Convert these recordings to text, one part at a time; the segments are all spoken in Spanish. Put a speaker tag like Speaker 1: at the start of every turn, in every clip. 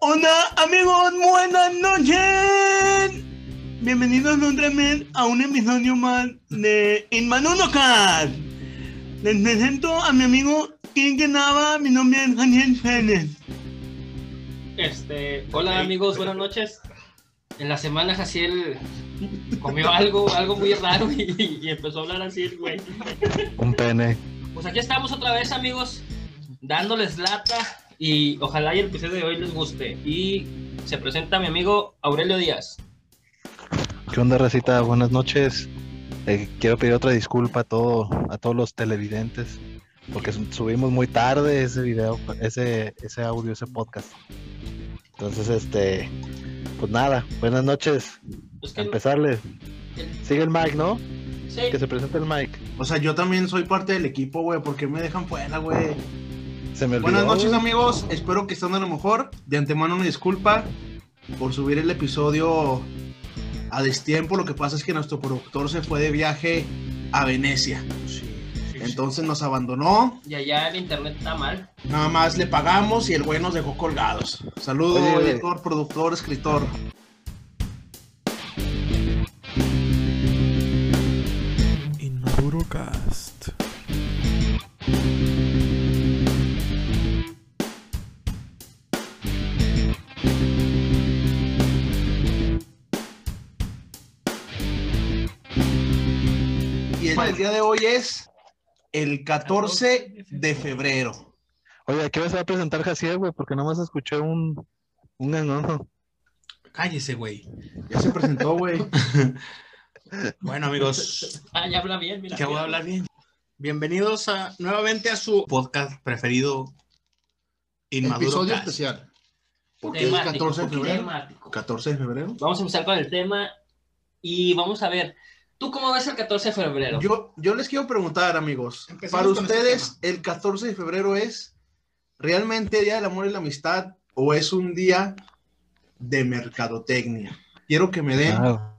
Speaker 1: Hola amigos, buenas noches. Bienvenidos nuevamente a un episodio más de Inmanunocast. Les presento a mi amigo quien que nada, mi nombre es Daniel Pérez.
Speaker 2: Este, hola amigos, buenas noches. En la semana Jaciel comió algo, algo muy raro y, y empezó a hablar así, el güey.
Speaker 3: Un pene.
Speaker 2: Pues aquí estamos otra vez, amigos, dándoles lata y ojalá y el episodio de hoy les guste. Y se presenta mi amigo Aurelio Díaz.
Speaker 3: ¿Qué onda, Racita? Buenas noches. Eh, quiero pedir otra disculpa a, todo, a todos los televidentes, porque su- subimos muy tarde ese video, ese, ese audio, ese podcast. Entonces, este, pues nada, buenas noches.
Speaker 2: Pues que-
Speaker 3: A empezarle. Sigue el Mike, ¿no?
Speaker 2: sí,
Speaker 3: Que se presente el Mike.
Speaker 4: O sea, yo también soy parte del equipo, güey. ¿Por qué me dejan fuera, güey?
Speaker 3: Se me olvidó.
Speaker 4: Buenas noches,
Speaker 3: güey.
Speaker 4: amigos. Espero que estén a lo mejor. De antemano, una disculpa por subir el episodio a destiempo. Lo que pasa es que nuestro productor se fue de viaje a Venecia. Entonces nos abandonó.
Speaker 2: y allá el internet está mal.
Speaker 4: Nada más le pagamos y el güey nos dejó colgados. Saludos,
Speaker 3: Oye, güey.
Speaker 4: editor, productor, escritor.
Speaker 5: Inmaduro Cast.
Speaker 4: Y el, el día de hoy es el 14 de febrero.
Speaker 3: Oye, ¿a qué hora se va a presentar Jaciel, güey? Porque nomás escuché un, un gangojo.
Speaker 6: Cállese, güey.
Speaker 4: Ya se presentó, güey.
Speaker 6: Bueno, amigos,
Speaker 2: Ah, ya habla bien, mira.
Speaker 6: ya voy a
Speaker 2: mira.
Speaker 6: hablar bien. Bienvenidos a, nuevamente a su podcast preferido, Inmaduro
Speaker 4: Episodio
Speaker 6: Cast.
Speaker 4: especial. Porque es
Speaker 2: Temático,
Speaker 4: 14 de
Speaker 2: porque
Speaker 4: febrero.
Speaker 2: temático.
Speaker 4: 14 de febrero.
Speaker 2: Vamos a empezar con el tema y vamos a ver. ¿Tú cómo ves el 14 de febrero?
Speaker 4: Yo, yo les quiero preguntar, amigos.
Speaker 6: Empecemos
Speaker 4: para
Speaker 6: con este
Speaker 4: ustedes, el 14 de febrero es realmente Día del Amor y la Amistad o es un día de mercadotecnia. Quiero que me den
Speaker 3: Ah,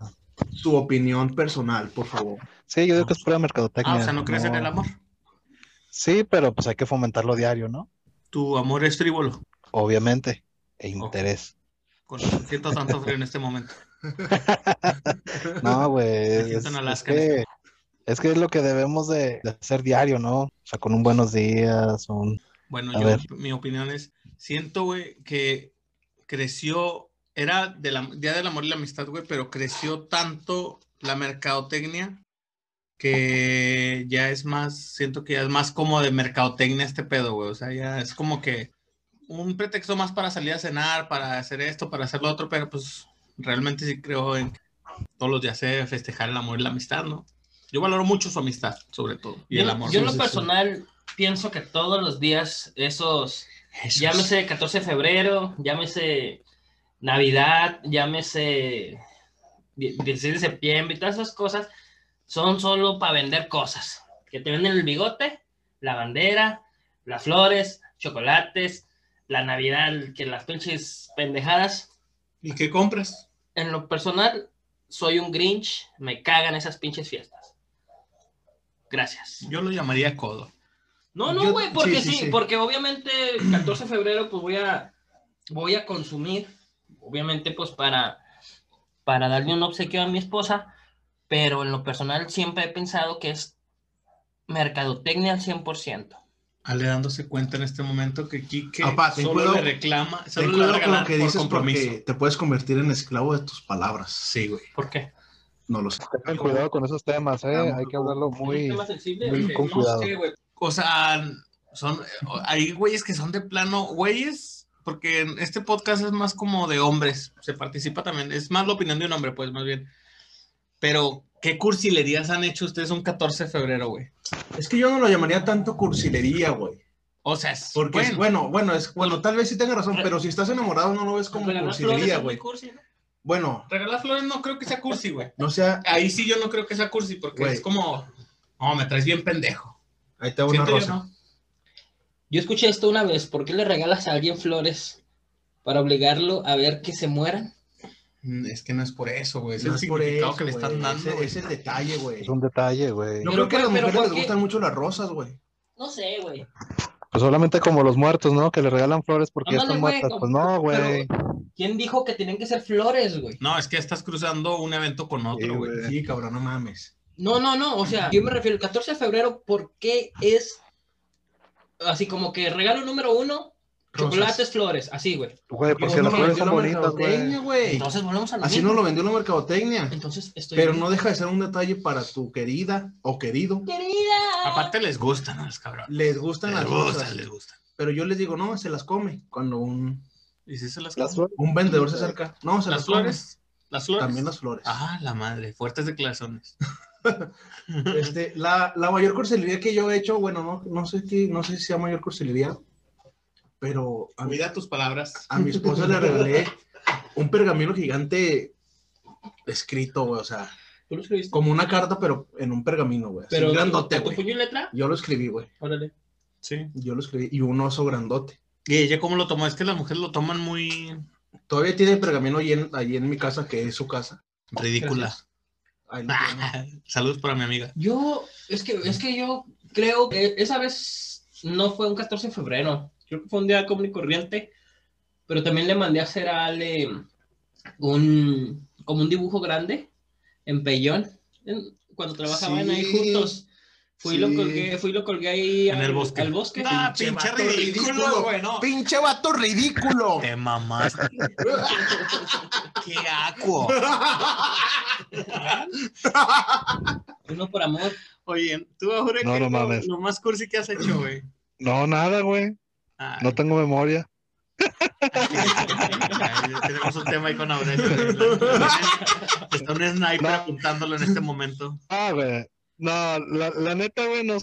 Speaker 4: su opinión personal, por favor.
Speaker 3: sí, yo digo que es pura mercadotecnia.
Speaker 6: Ah, o sea, ¿no crees en el amor?
Speaker 3: Sí, pero pues hay que fomentarlo diario, ¿no?
Speaker 6: Tu amor es frívolo.
Speaker 3: Obviamente. E interés.
Speaker 6: Con siento tanto frío en este momento.
Speaker 3: No, güey.
Speaker 6: siento
Speaker 3: Es,
Speaker 6: en
Speaker 3: es
Speaker 6: Alaska en
Speaker 2: este
Speaker 3: que, es que es lo que debemos de, de hacer diario, ¿no? O sea, con un buenos días, un...
Speaker 6: Bueno,
Speaker 3: A
Speaker 6: yo,
Speaker 3: ver.
Speaker 6: mi opinión es, siento, güey, que creció, era de la, Día del Amor y la Amistad, güey, pero creció tanto la mercadotecnia que ya es más, siento que ya es más como de mercadotecnia este pedo, güey, o sea, ya es como que un pretexto más para salir a cenar, para hacer esto, para hacer lo otro, pero pues realmente sí creo en que todos los días se debe festejar el amor y la amistad, ¿no? Yo valoro mucho su amistad, sobre todo, y
Speaker 2: Yo
Speaker 6: el
Speaker 2: no-
Speaker 6: amor.
Speaker 2: yo en lo personal pienso que todos los días esos, llámese 14 de febrero, llámese Navidad, llámese die- 16 de septiembre y todas esas cosas, son solo para vender cosas. Que te venden el bigote, la bandera, las flores, chocolates, la Navidad, que las pinches pendejadas.
Speaker 6: ¿Y qué compras?
Speaker 2: En lo personal, soy un Grinch, me cagan esas pinches fiestas. Gracias.
Speaker 6: Yo lo llamaría codo.
Speaker 2: No, no,
Speaker 4: Yo-
Speaker 2: güey, porque sí,
Speaker 4: sí, sí, sí.
Speaker 2: porque obviamente el 14 de febrero pues voy a voy a consumir, obviamente pues para para darle un obsequio a mi esposa, pero en lo personal siempre he pensado que es mercadotecnia al 100%.
Speaker 6: Ale dándose cuenta en este momento que Quique
Speaker 4: Papá, ten
Speaker 6: solo
Speaker 4: cuidado-
Speaker 6: le reclama,
Speaker 4: Ten
Speaker 6: solo le va a
Speaker 4: cuidado con lo
Speaker 6: regalar
Speaker 4: que
Speaker 6: por
Speaker 4: dices
Speaker 6: compromiso.
Speaker 4: porque te puedes convertir en esclavo de tus palabras.
Speaker 6: Sí, güey.
Speaker 2: ¿Por qué?
Speaker 4: No lo sé.
Speaker 3: Tengan cuidado con esos temas, ¿eh? Hay que hablarlo
Speaker 2: ¿Es un
Speaker 3: muy...
Speaker 2: este tema sensible?
Speaker 3: muy
Speaker 2: Ok.
Speaker 3: con
Speaker 6: Este, No
Speaker 3: cuidado.
Speaker 6: sé, güey. O sea, son, hay güeyes que son de plano, güeyes, porque en este podcast es más como de hombres, se participa también, es más la opinión de un hombre, pues, más bien. Pero, ¿qué cursilerías han hecho ustedes un 14 de febrero, güey?
Speaker 4: Es que yo no lo llamaría tanto cursilería, güey.
Speaker 6: O sea, es
Speaker 4: Porque es-
Speaker 6: bueno.
Speaker 4: bueno, bueno, es bueno, tal vez sí tenga razón, pero si estás enamorado no lo ves como
Speaker 2: Regalar flores
Speaker 4: cursilería,
Speaker 2: es muy
Speaker 4: güey.
Speaker 2: cursi, ¿no?
Speaker 4: Bueno,
Speaker 6: Regalar flores no creo que sea cursi, güey.
Speaker 4: no sea,
Speaker 6: Ahí sí yo no creo que sea cursi, porque
Speaker 4: Güey.
Speaker 6: es como, no, me traes bien pendejo.
Speaker 4: ahí te hago una
Speaker 6: Siento yo,
Speaker 4: rosa.
Speaker 6: ¿no?
Speaker 2: Yo escuché esto una vez, ¿por qué le regalas a alguien flores para obligarlo a ver que se mueran?
Speaker 6: Mm, Es que no es por eso, güey. Es
Speaker 4: No
Speaker 6: el
Speaker 4: es por
Speaker 6: significado
Speaker 4: eso,
Speaker 6: que le
Speaker 4: güey,
Speaker 6: están dando.
Speaker 4: ese-
Speaker 6: güey.
Speaker 4: Es el detalle, güey.
Speaker 3: Es un detalle, güey.
Speaker 4: Yo
Speaker 2: Pero,
Speaker 4: creo que a las
Speaker 2: pero,
Speaker 4: mujeres
Speaker 2: ¿por
Speaker 4: les
Speaker 2: qué?
Speaker 4: gustan mucho las rosas, güey.
Speaker 2: No sé, güey.
Speaker 3: Pues solamente como los muertos, ¿no? Que le regalan flores porque ya
Speaker 2: Ándale,
Speaker 3: están
Speaker 2: güey,
Speaker 3: muertas.
Speaker 2: como-
Speaker 3: Pues no, güey.
Speaker 2: ¿Quién dijo que tenían que ser flores, güey?
Speaker 6: No, es que estás cruzando un evento con otro,
Speaker 3: Sí,
Speaker 6: güey.
Speaker 3: güey.
Speaker 4: Sí, cabrón, no mames.
Speaker 2: No, no, no, o sea, yo me refiero, el 14 de febrero, ¿por qué es así como que regalo número uno,
Speaker 4: Rosas.
Speaker 2: chocolates, flores, así, güey?
Speaker 3: Güey, porque
Speaker 4: Así
Speaker 3: las
Speaker 4: nos
Speaker 3: flores
Speaker 4: lo
Speaker 3: son
Speaker 4: vendió la
Speaker 3: bonitas, güey.
Speaker 4: mercadotecnia, güey.
Speaker 2: Entonces volvemos a lo
Speaker 4: Así
Speaker 2: mismo.
Speaker 4: nos lo vendió la mercadotecnia.
Speaker 2: Entonces estoy...
Speaker 4: Pero
Speaker 2: bien.
Speaker 4: no deja de ser un detalle para tu querida o querido.
Speaker 2: Querida.
Speaker 6: Aparte les gustan a los cabrones.
Speaker 4: Les gustan
Speaker 6: Les
Speaker 4: las
Speaker 6: gustan,
Speaker 4: cosas.
Speaker 6: les gustan.
Speaker 4: Pero yo les digo, no, se las come. Cuando un,
Speaker 6: ¿Y si se las,
Speaker 3: Las
Speaker 6: comen?
Speaker 3: flores.
Speaker 4: un vendedor se acerca. No, se
Speaker 6: ¿Las
Speaker 4: las,
Speaker 6: flores?
Speaker 4: come.
Speaker 6: ¿Las flores?
Speaker 4: También las flores.
Speaker 6: Ah, la madre, fuertes declaraciones.
Speaker 4: Este, la, la mayor cursilería que yo he hecho, bueno, no, no sé qué, no sé si sea mayor cursilería, pero a mi,
Speaker 6: Cuida tus palabras.
Speaker 4: a mi esposa le regalé un pergamino gigante escrito, güey, o sea,
Speaker 2: ¿Tú lo escribiste?
Speaker 4: como una carta, pero en un pergamino, güey. así
Speaker 2: Pero
Speaker 4: grandote,
Speaker 2: ¿con tu
Speaker 4: güey.
Speaker 2: puño y letra?
Speaker 4: Yo lo escribí, güey.
Speaker 2: Órale.
Speaker 6: Sí.
Speaker 4: Yo lo escribí. Y un oso grandote.
Speaker 6: ¿Y ella cómo lo tomó? Es que las mujeres lo toman muy
Speaker 4: Todavía tiene el pergamino ahí en, ahí en mi casa, que es su casa.
Speaker 6: ridícula.
Speaker 4: Ahí lo tiene.
Speaker 6: Saludos para mi amiga.
Speaker 2: Yo, es que, es que yo creo que esa vez no fue un 14 de febrero. Creo que fue un día común y corriente. Pero también le mandé a hacer a Ale un, como un dibujo grande en Pellón. en- cuando trabajaban
Speaker 4: Sí,
Speaker 2: ahí juntos. Fui, y lo
Speaker 4: sí.
Speaker 2: colgué, fui y lo colgué ahí
Speaker 6: En
Speaker 2: al,
Speaker 6: el bosque.
Speaker 2: al bosque.
Speaker 6: Ah,
Speaker 4: Pinche
Speaker 6: pinche
Speaker 4: vato
Speaker 6: ridículo,
Speaker 4: ridículo.
Speaker 6: güey, no.
Speaker 4: ¡Pinche vato ridículo!
Speaker 6: Te mamaste. Qué acuo.
Speaker 2: Uno por amor.
Speaker 6: Oye, tú ahora
Speaker 3: No, no
Speaker 6: que lo-
Speaker 3: mames.
Speaker 6: lo más cursi que has hecho, güey.
Speaker 3: No, nada, güey.
Speaker 6: Ah,
Speaker 3: No tengo memoria.
Speaker 6: ya tenemos un tema ahí con Aurelio. Está un sniper
Speaker 3: No.
Speaker 6: apuntándolo en este momento.
Speaker 3: Ah, güey. No, la, la neta, güey, no,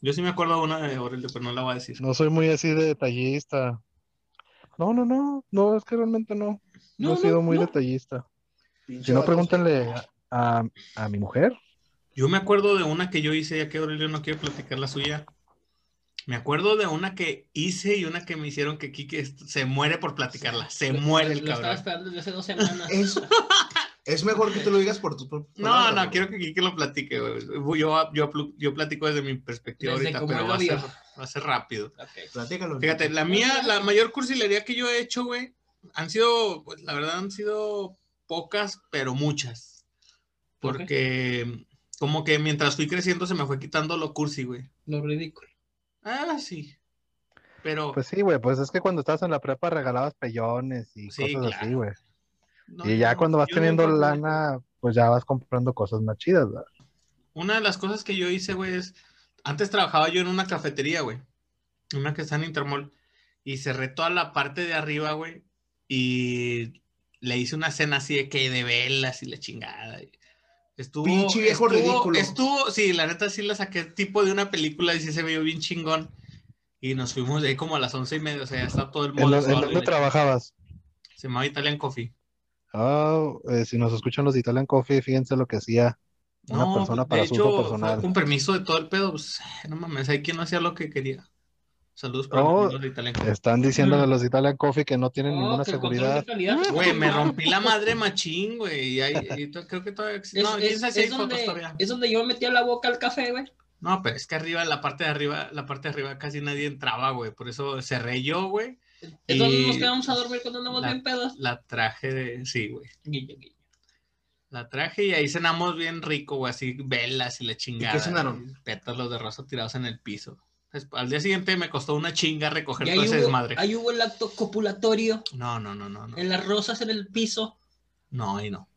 Speaker 6: Yo sí me acuerdo de una de Aurelio, pero no la voy a decir.
Speaker 3: no soy muy así de detallista. No, no, no. No, es que realmente no. No, he sido muy
Speaker 2: no.
Speaker 3: detallista. Si no, pregúntenle a, a mi mujer.
Speaker 6: Yo me acuerdo de una que yo hice, ya que Aurelio no quiere platicar la suya. Me acuerdo de una que hice y una que me hicieron que Kike est- se muere por platicarla. Se
Speaker 2: Lo-
Speaker 6: muere el
Speaker 2: lo estaba
Speaker 6: cabrón.
Speaker 2: esperando desde hace dos semanas.
Speaker 6: Eh.
Speaker 4: Es, es mejor que te lo digas por tus propias
Speaker 6: No,
Speaker 4: palabras,
Speaker 6: no,
Speaker 4: güey.
Speaker 6: quiero que Kike lo platique. güey. Yo, yo, plu- yo platico desde mi perspectiva
Speaker 2: Desde
Speaker 6: ahorita,
Speaker 2: cómo
Speaker 6: pero
Speaker 2: lo
Speaker 6: va a, ser,
Speaker 2: vio.
Speaker 6: va a ser rápido.
Speaker 2: Ok.
Speaker 4: Platícalo.
Speaker 6: Fíjate, la mía, la mayor cursilería que yo he hecho, güey, han sido, pues, la verdad han sido pocas, pero muchas.
Speaker 2: ¿Por
Speaker 6: Porque como que mientras fui creciendo se me fue quitando lo cursi, güey.
Speaker 2: Lo ridículo.
Speaker 6: Ah, sí. Pero
Speaker 3: Pues sí, güey. Pues es que cuando estabas en la prepa regalabas pellones y
Speaker 6: Sí,
Speaker 3: cosas
Speaker 6: claro.
Speaker 3: así, güey.
Speaker 6: no,
Speaker 3: y ya
Speaker 6: no,
Speaker 3: cuando vas
Speaker 6: yo
Speaker 3: teniendo
Speaker 6: no-
Speaker 3: lana, pues ya vas comprando cosas más chidas, ¿verdad?
Speaker 6: Una de las cosas que yo hice, güey, es. Antes trabajaba yo en una cafetería, güey. Una que está en Intermol. Y cerré toda la parte de arriba, güey. Y le hice una cena así de que de velas y la chingada. y Estuvo.
Speaker 4: Pinche viejo
Speaker 6: estuvo-
Speaker 4: ridículo.
Speaker 6: Estuvo, sí, la neta sí la saqué tipo de una película y sí se vio bien chingón. Y nos fuimos de ahí como a las once y media. O sea, ya está todo el
Speaker 3: ¿En,
Speaker 6: mundo.
Speaker 3: lo- en dónde trabajabas?
Speaker 6: se llamaba Italian Coffee.
Speaker 3: Ah, eh, si nos escuchan los de Italian Coffee, fíjense lo que hacía una
Speaker 6: No,
Speaker 3: persona
Speaker 6: de
Speaker 3: para su uso
Speaker 6: hecho,
Speaker 3: personal.
Speaker 6: fue con permiso de todo el pedo, pues, no mames, hay quien no hacía lo que quería. Saludos para
Speaker 3: No.
Speaker 6: los amigos de Italian Coffee.
Speaker 3: Están diciendo de los de Italian Coffee que no tienen ninguna
Speaker 2: Oh, que el control de
Speaker 3: seguridad.
Speaker 2: calidad.
Speaker 6: Güey, me rompí la madre machín, güey. Y ahí, y to- creo que todavía existe.
Speaker 2: Es,
Speaker 6: No, quién
Speaker 2: es-
Speaker 6: sabe si hay
Speaker 2: es
Speaker 6: fotos
Speaker 2: donde,
Speaker 6: todavía.
Speaker 2: es donde yo metía la boca al café, güey.
Speaker 6: No, pero es que arriba, la parte de arriba, la parte de arriba casi nadie entraba, güey. Por eso cerré yo, güey.
Speaker 2: Es
Speaker 6: Y-
Speaker 2: donde nos quedamos a dormir cuando andamos
Speaker 6: La-
Speaker 2: bien pedos.
Speaker 6: La traje de. Sí, güey.
Speaker 2: Guiño, guiño.
Speaker 6: La traje y ahí cenamos bien rico, güey. Así velas y la chingada.
Speaker 4: cenaron?
Speaker 6: y Pétalos de rosa tirados en el piso. Entonces, Al día siguiente me costó una chinga recoger
Speaker 2: Y
Speaker 6: todo
Speaker 2: ahí
Speaker 6: ese
Speaker 2: hubo,
Speaker 6: desmadre.
Speaker 2: ahí hubo el acto copulatorio
Speaker 6: No, no, no, no, no.
Speaker 2: en las rosas en el piso.
Speaker 6: No, ahí no.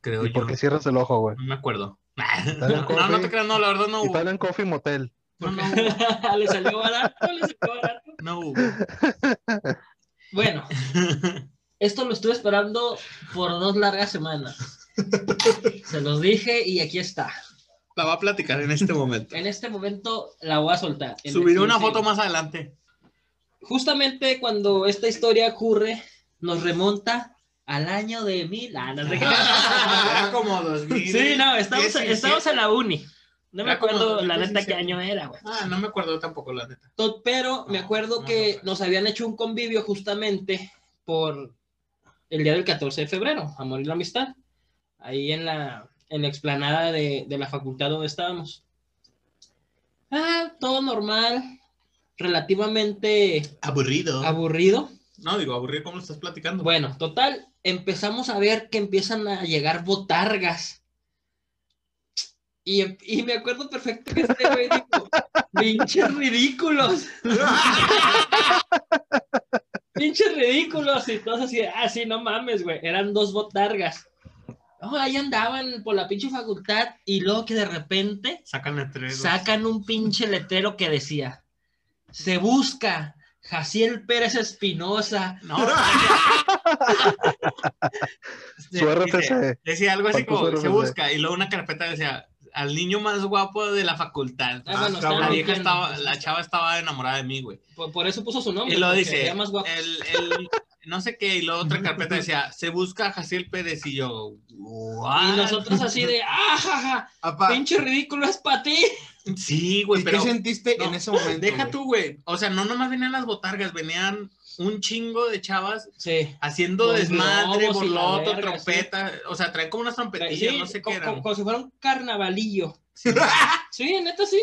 Speaker 6: Creo
Speaker 3: ¿Y
Speaker 6: yo.
Speaker 3: por qué cierras el ojo, güey?
Speaker 6: No me acuerdo.
Speaker 3: Italian
Speaker 6: No, no
Speaker 3: Coffee.
Speaker 6: te creas, no, la verdad no hubo.
Speaker 3: Italian Coffee Motel.
Speaker 6: No, no hubo.
Speaker 2: le salió barato, le salió barato.
Speaker 6: No hubo.
Speaker 2: Bueno, esto lo estuve esperando por dos largas semanas. Se los dije y aquí está.
Speaker 6: La va a platicar en este momento.
Speaker 2: En este momento la voy a soltar. en
Speaker 6: Subiré una
Speaker 2: exclusiva.
Speaker 6: foto más adelante.
Speaker 2: justamente cuando esta historia ocurre, nos remonta al año de mil. Ah, no, te creas.
Speaker 6: Era como 2000.
Speaker 2: sí, no, estamos,
Speaker 6: 17.
Speaker 2: estamos en la uni. No me
Speaker 6: Era como
Speaker 2: acuerdo la
Speaker 6: 2017.
Speaker 2: neta qué año era, güey. Ah,
Speaker 6: Ah, no me acuerdo tampoco, la neta.
Speaker 2: To- Pero me acuerdo
Speaker 6: No, no,
Speaker 2: que
Speaker 6: no.
Speaker 2: nos habían hecho un convivio justamente por el día del 14 de febrero, Amor y la Amistad, ahí en la, en la explanada de, de la facultad donde estábamos. Ah, todo normal, relativamente
Speaker 6: Aburrido.
Speaker 2: aburrido.
Speaker 6: no, digo, aburrido como lo estás platicando.
Speaker 2: Bueno, total, empezamos a ver que empiezan a llegar botargas. Y, y me acuerdo perfecto que este güey dijo, pinches ridículos. pinches ridículos. Y todos así, ah, sí, no mames, güey. Eran dos botargas. No, ahí andaban por la pinche facultad y luego que de repente
Speaker 6: Sacan letreros.
Speaker 2: sacan un pinche letrero que decía, se busca Jaciel Pérez Espinosa.
Speaker 6: No.
Speaker 3: Su RFC.
Speaker 6: Decía algo así
Speaker 3: ¿Cuál
Speaker 6: como
Speaker 3: puso
Speaker 6: se
Speaker 3: RFC?
Speaker 6: busca y luego una carpeta decía al niño más guapo de la facultad.
Speaker 2: Ah, bueno, pues
Speaker 6: la
Speaker 2: está
Speaker 6: vieja
Speaker 2: bien.
Speaker 6: estaba, la chava estaba enamorada de mí, güey.
Speaker 2: Por, por eso puso su nombre.
Speaker 6: Y lo
Speaker 2: porque
Speaker 6: dice eh,
Speaker 2: era más guapo.
Speaker 6: el- el- no sé qué y luego otra carpeta decía se busca a Jaciel Pérez y yo.
Speaker 2: Y
Speaker 6: "What?".
Speaker 2: nosotros así de, ¡ah, ja, ja!
Speaker 4: Apa,
Speaker 2: ¡Pinche ridículo es para ti!
Speaker 6: Sí,
Speaker 4: ¿y
Speaker 6: güey, pero
Speaker 4: qué sentiste
Speaker 6: no,
Speaker 4: en ese momento?
Speaker 6: deja
Speaker 4: güey?
Speaker 6: tú, güey. O sea, no nomás venían las botargas, venían un chingo de chavas
Speaker 2: Sí.
Speaker 6: haciendo
Speaker 2: Con
Speaker 6: desmadre,
Speaker 2: globos y la
Speaker 6: borloto,
Speaker 2: verga, sí.
Speaker 6: trompeta, o sea, traen como unas trompetillas,
Speaker 2: Sí,
Speaker 6: no sé
Speaker 2: co-
Speaker 6: qué
Speaker 2: co-
Speaker 6: eran.
Speaker 2: Como si fuera un carnavalillo. Sí, neta, sí.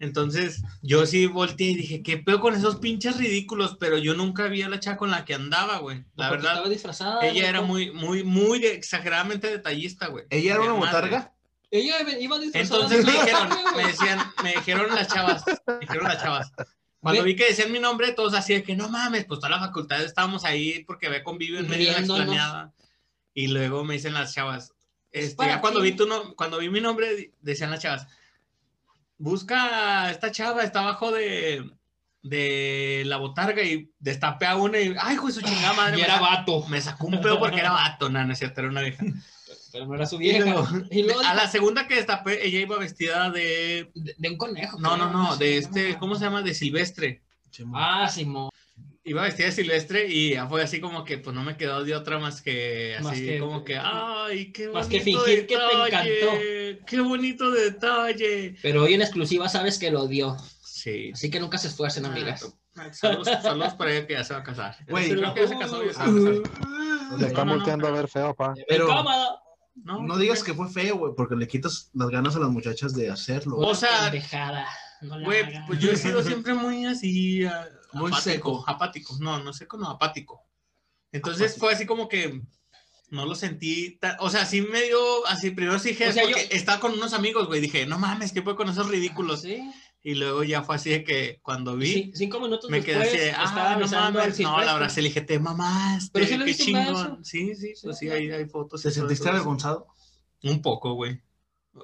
Speaker 6: Entonces, yo sí volteé y dije, ¿qué pedo con esos pinches ridículos? Pero yo nunca vi a la chava con la que andaba, güey. La
Speaker 2: Porque
Speaker 6: verdad,
Speaker 2: Estaba disfrazada.
Speaker 6: ella
Speaker 2: ¿no?
Speaker 6: era muy, muy, muy exageradamente detallista, güey.
Speaker 4: ¿Ella era
Speaker 6: De
Speaker 4: una
Speaker 6: madre.
Speaker 4: botarga?
Speaker 2: Ella ve- iba disfrazada.
Speaker 6: Entonces me
Speaker 2: de-
Speaker 6: dijeron, pues, me decían, me dijeron las chavas, me dijeron las chavas. Cuando
Speaker 2: Ve-
Speaker 6: vi que decían mi nombre, todos así de que no mames, pues toda la facultad estábamos ahí porque había convivio en medio de la
Speaker 2: Riéndonos.
Speaker 6: explanada. Y luego me dicen las chavas, este,
Speaker 2: para
Speaker 6: ya cuando
Speaker 2: ti.
Speaker 6: vi, tu nom- cuando vi mi nombre, di- decían las chavas, busca a esta chava, está abajo de, de la botarga y destapé a una y, ay, hijo de su chingada madre.
Speaker 2: Y
Speaker 6: me
Speaker 2: era
Speaker 6: sacó-
Speaker 2: vato.
Speaker 6: Me sacó un pedo porque era vato, no, no es cierto, era una vieja.
Speaker 2: Pero no era su
Speaker 6: Y
Speaker 2: vieja.
Speaker 6: luego,
Speaker 2: Y luego
Speaker 6: a la segunda que destapé, ella iba vestida de
Speaker 2: de, de un conejo.
Speaker 6: no,
Speaker 2: creo,
Speaker 6: no, no,
Speaker 2: sé,
Speaker 6: de este, ¿cómo se llama? De Silvestre.
Speaker 2: Ah, Simón.
Speaker 6: Iba vestida de Silvestre y ya fue así como que, pues no me quedó de otra más que así
Speaker 2: Más que-
Speaker 6: como que, ay, qué bonito
Speaker 2: más que fingir que te
Speaker 6: detalle, qué bonito detalle.
Speaker 2: Pero hoy en exclusiva sabes que lo dio.
Speaker 6: Sí.
Speaker 2: Así que nunca se esfuercen, amigas.
Speaker 6: Ah, Saludos, saludos para ella que ya se va a casar.
Speaker 4: Güey,
Speaker 6: Creo
Speaker 2: no.
Speaker 6: que ya se casó, ya se va a casar.
Speaker 3: Le
Speaker 4: Güey,
Speaker 3: están
Speaker 6: no, no,
Speaker 3: volteando a ver feo, pa.
Speaker 4: Pero-
Speaker 2: Incómodo.
Speaker 6: No,
Speaker 4: No digas que fue feo, güey, porque le quitas las ganas a las muchachas de hacerlo.
Speaker 6: O sea,
Speaker 2: Pendejada. No la
Speaker 6: Güey,
Speaker 2: hagan.
Speaker 6: pues yo he sido siempre muy así. a-
Speaker 4: Muy
Speaker 6: apático,
Speaker 4: seco.
Speaker 6: Apático. No, no seco, no, apático. Entonces fue así como que no lo sentí. ta- O sea, sí me dio. Así primero sí dije,
Speaker 2: O sea,
Speaker 6: porque estaba con unos amigos, güey. Dije, no mames, ¿qué fue con esos ridículos?
Speaker 2: Ah, Sí.
Speaker 6: Y luego ya fue así de que cuando vi,
Speaker 2: Sí, cinco minutos
Speaker 6: me quedé
Speaker 2: después
Speaker 6: así de,
Speaker 2: estaba
Speaker 6: ah, no
Speaker 2: besando al
Speaker 6: mames. No, la
Speaker 2: Silvestre.
Speaker 6: abracé, le dije, te mamaste.
Speaker 2: Pero sí le
Speaker 6: qué
Speaker 2: diste un beso.
Speaker 6: chingón. Sí, sí, pues sí,
Speaker 2: Sí.
Speaker 6: hay, hay fotos. y
Speaker 4: ¿Te
Speaker 6: todo
Speaker 4: sentiste
Speaker 6: eso.
Speaker 4: avergonzado?
Speaker 6: Un poco, güey.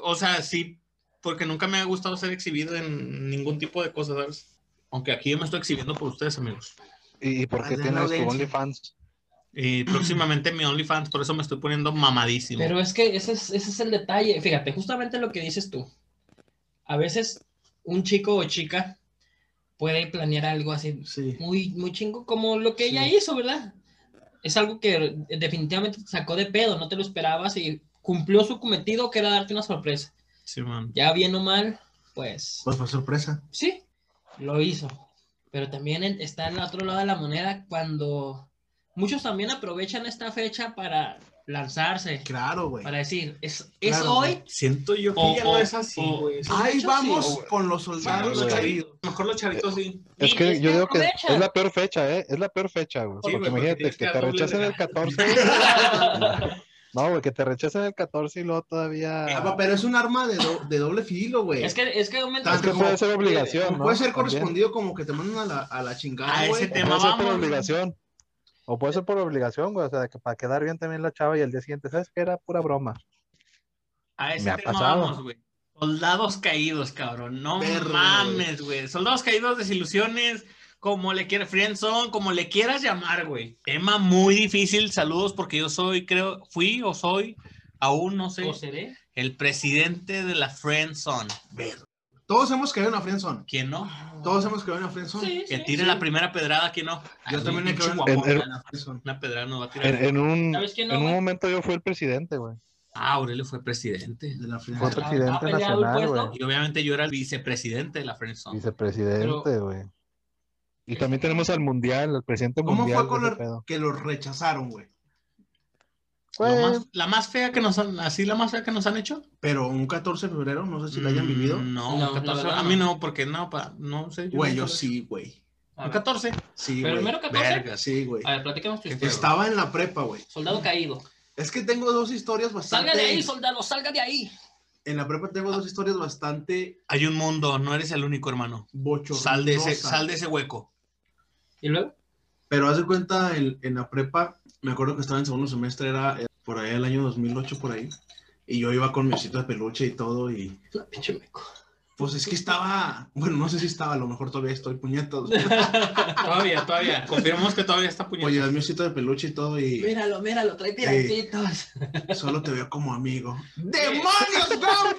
Speaker 6: O sea, sí, porque nunca me ha gustado ser exhibido en ningún tipo de cosas, ¿sabes? Aunque aquí yo me estoy exhibiendo por ustedes, amigos.
Speaker 3: ¿Y, y
Speaker 2: Ah,
Speaker 3: por qué
Speaker 4: Hazle la
Speaker 3: tienes tu
Speaker 4: audiencia.
Speaker 3: OnlyFans?
Speaker 6: Y Eh, próximamente mi OnlyFans, por eso me estoy poniendo mamadísimo.
Speaker 2: Pero es que ese es, ese es el detalle. Fíjate, justamente lo que dices tú. A veces un chico o chica puede planear algo así
Speaker 4: Sí.
Speaker 2: muy, muy chingo, como lo que
Speaker 4: Sí.
Speaker 2: ella hizo, ¿verdad? Es algo que definitivamente te sacó de pedo, no te lo esperabas y cumplió su cometido que era darte una sorpresa.
Speaker 6: Sí, man.
Speaker 2: Ya bien o mal, pues
Speaker 4: Pues fue sorpresa.
Speaker 2: Sí, lo hizo. Pero también en- está en el otro lado de la moneda cuando muchos también aprovechan esta fecha para lanzarse,
Speaker 4: Claro, güey.
Speaker 2: para decir, es, es
Speaker 4: Claro,
Speaker 2: hoy.
Speaker 4: güey.
Speaker 6: Siento yo que
Speaker 2: O-
Speaker 6: ya
Speaker 2: o-
Speaker 6: no es así,
Speaker 2: o-
Speaker 6: güey.
Speaker 2: Sí, de
Speaker 4: Ahí
Speaker 2: hecho,
Speaker 4: vamos
Speaker 2: sí, güey.
Speaker 4: con los soldados
Speaker 3: Sí, güey.
Speaker 4: caídos.
Speaker 6: A lo mejor los chavitos sí.
Speaker 3: Es
Speaker 2: Sí,
Speaker 3: que
Speaker 2: es
Speaker 3: yo
Speaker 2: que
Speaker 3: digo que
Speaker 2: aprovecha.
Speaker 3: es la peor fecha, ¿eh? Es la peor fecha, güey.
Speaker 6: Sí,
Speaker 3: porque
Speaker 6: güey, porque
Speaker 3: imagínate
Speaker 6: tienes
Speaker 3: que
Speaker 6: que
Speaker 3: te
Speaker 6: dar doble
Speaker 3: rechacen el 14.
Speaker 6: regalo.
Speaker 3: no, güey, que te rechacen el 14 y luego todavía.
Speaker 4: Ah, pero es un arma de, do- de doble filo, güey.
Speaker 2: Es que, es que aumenta-
Speaker 3: Es que puede ser obligación,
Speaker 4: Como
Speaker 3: ¿no?
Speaker 4: Puede ser
Speaker 3: También.
Speaker 4: correspondido como que te mandan a la, a la chingada,
Speaker 6: A
Speaker 4: güey.
Speaker 6: Ah, ese
Speaker 3: O
Speaker 6: tema
Speaker 3: puede ser por
Speaker 6: vamos.
Speaker 3: obligación. O puede ser por obligación, güey. O sea, que para quedar bien también la chava y el día siguiente, ¿sabes qué? Era pura broma.
Speaker 6: A ese
Speaker 3: Me ha
Speaker 6: tema
Speaker 3: pasado.
Speaker 6: vamos, güey. Soldados caídos, cabrón. No
Speaker 4: Verga,
Speaker 6: mames, güey. Soldados caídos, desilusiones, como le quieras, friendzone, como le quieras llamar, güey. Tema muy difícil. Saludos, porque yo soy, creo, fui o soy, aún no sé,
Speaker 2: ¿O seré?
Speaker 6: el presidente de la friendzone.
Speaker 4: Todos hemos caído en una friendzone.
Speaker 6: ¿Quién no?
Speaker 4: Todos hemos caído en una friendzone.
Speaker 2: Sí,
Speaker 6: Que
Speaker 2: sí,
Speaker 6: tire
Speaker 2: sí.
Speaker 6: la primera pedrada, ¿quién no?
Speaker 4: Yo
Speaker 6: Ay,
Speaker 4: también he
Speaker 6: pinche
Speaker 4: caído en-
Speaker 6: guapón,
Speaker 3: en-
Speaker 4: En la friendzone.
Speaker 6: Una pedrada nos va a tirar.
Speaker 3: En, en un,
Speaker 2: ¿Sabes quién no,
Speaker 3: en un
Speaker 2: güey?
Speaker 3: momento yo fui el presidente, güey.
Speaker 6: Ah, Aurelio fue presidente.
Speaker 4: De la
Speaker 3: Fue
Speaker 4: friendzone.
Speaker 2: Ah,
Speaker 3: presidente
Speaker 2: ah, peleado el
Speaker 3: nacional,
Speaker 2: puesto.
Speaker 3: güey.
Speaker 6: Y obviamente yo era el vicepresidente de la friendzone.
Speaker 3: Vicepresidente,
Speaker 2: Pero-
Speaker 3: güey. Y también tenemos al mundial, al presidente
Speaker 4: ¿Cómo
Speaker 3: mundial.
Speaker 4: fue con
Speaker 3: güey,
Speaker 4: la-
Speaker 3: qué pedo.
Speaker 4: que los rechazaron, güey?
Speaker 3: Güey,
Speaker 6: Lo más- la más fea que nos han, así la más fea que nos han hecho.
Speaker 4: Pero un 14 de febrero, no sé si la hayan
Speaker 6: Mm,
Speaker 4: vivido.
Speaker 6: No,
Speaker 2: No,
Speaker 6: un
Speaker 2: la
Speaker 6: 14,
Speaker 2: verdad
Speaker 6: a
Speaker 2: no.
Speaker 6: mí no, porque no, pa- no sé.
Speaker 4: Güey,
Speaker 6: nunca
Speaker 4: yo
Speaker 6: lo he
Speaker 4: sí, güey.
Speaker 6: hecho.
Speaker 2: A
Speaker 6: Un
Speaker 2: ver,
Speaker 6: 14.
Speaker 4: Sí,
Speaker 2: ¿Pero
Speaker 4: güey.
Speaker 2: primero 14?
Speaker 4: Verga, sí, güey.
Speaker 6: Ah,
Speaker 2: A ver, platícanos tu historia.
Speaker 4: Estaba en la prepa, güey.
Speaker 2: Soldado caído.
Speaker 4: Es que tengo dos historias bastante.
Speaker 2: Salga de ahí, soldado, salga de ahí.
Speaker 4: en la prepa tengo dos historias bastante
Speaker 6: Hay un mundo, no eres el único, hermano.
Speaker 4: bochornosas.
Speaker 6: Sal de ese, sal de ese hueco.
Speaker 2: ¿Y luego?
Speaker 4: Pero haz de cuenta, en, en la prepa, me acuerdo que estaba en segundo semestre, era eh, por ahí el año 2008, por ahí. Y yo iba con mi osito de peluche y todo. Y
Speaker 2: La pinche meco.
Speaker 4: pues es que estaba. Bueno, no sé si estaba, a lo mejor todavía estoy puñetos.
Speaker 6: Todavía, todavía. Confirmamos que todavía está
Speaker 4: Oye,
Speaker 6: puñetado.
Speaker 4: era mi osito de peluche y todo. Y
Speaker 2: Míralo, míralo, trae tirantitos.
Speaker 4: solo te veo como amigo. ¡Demonios,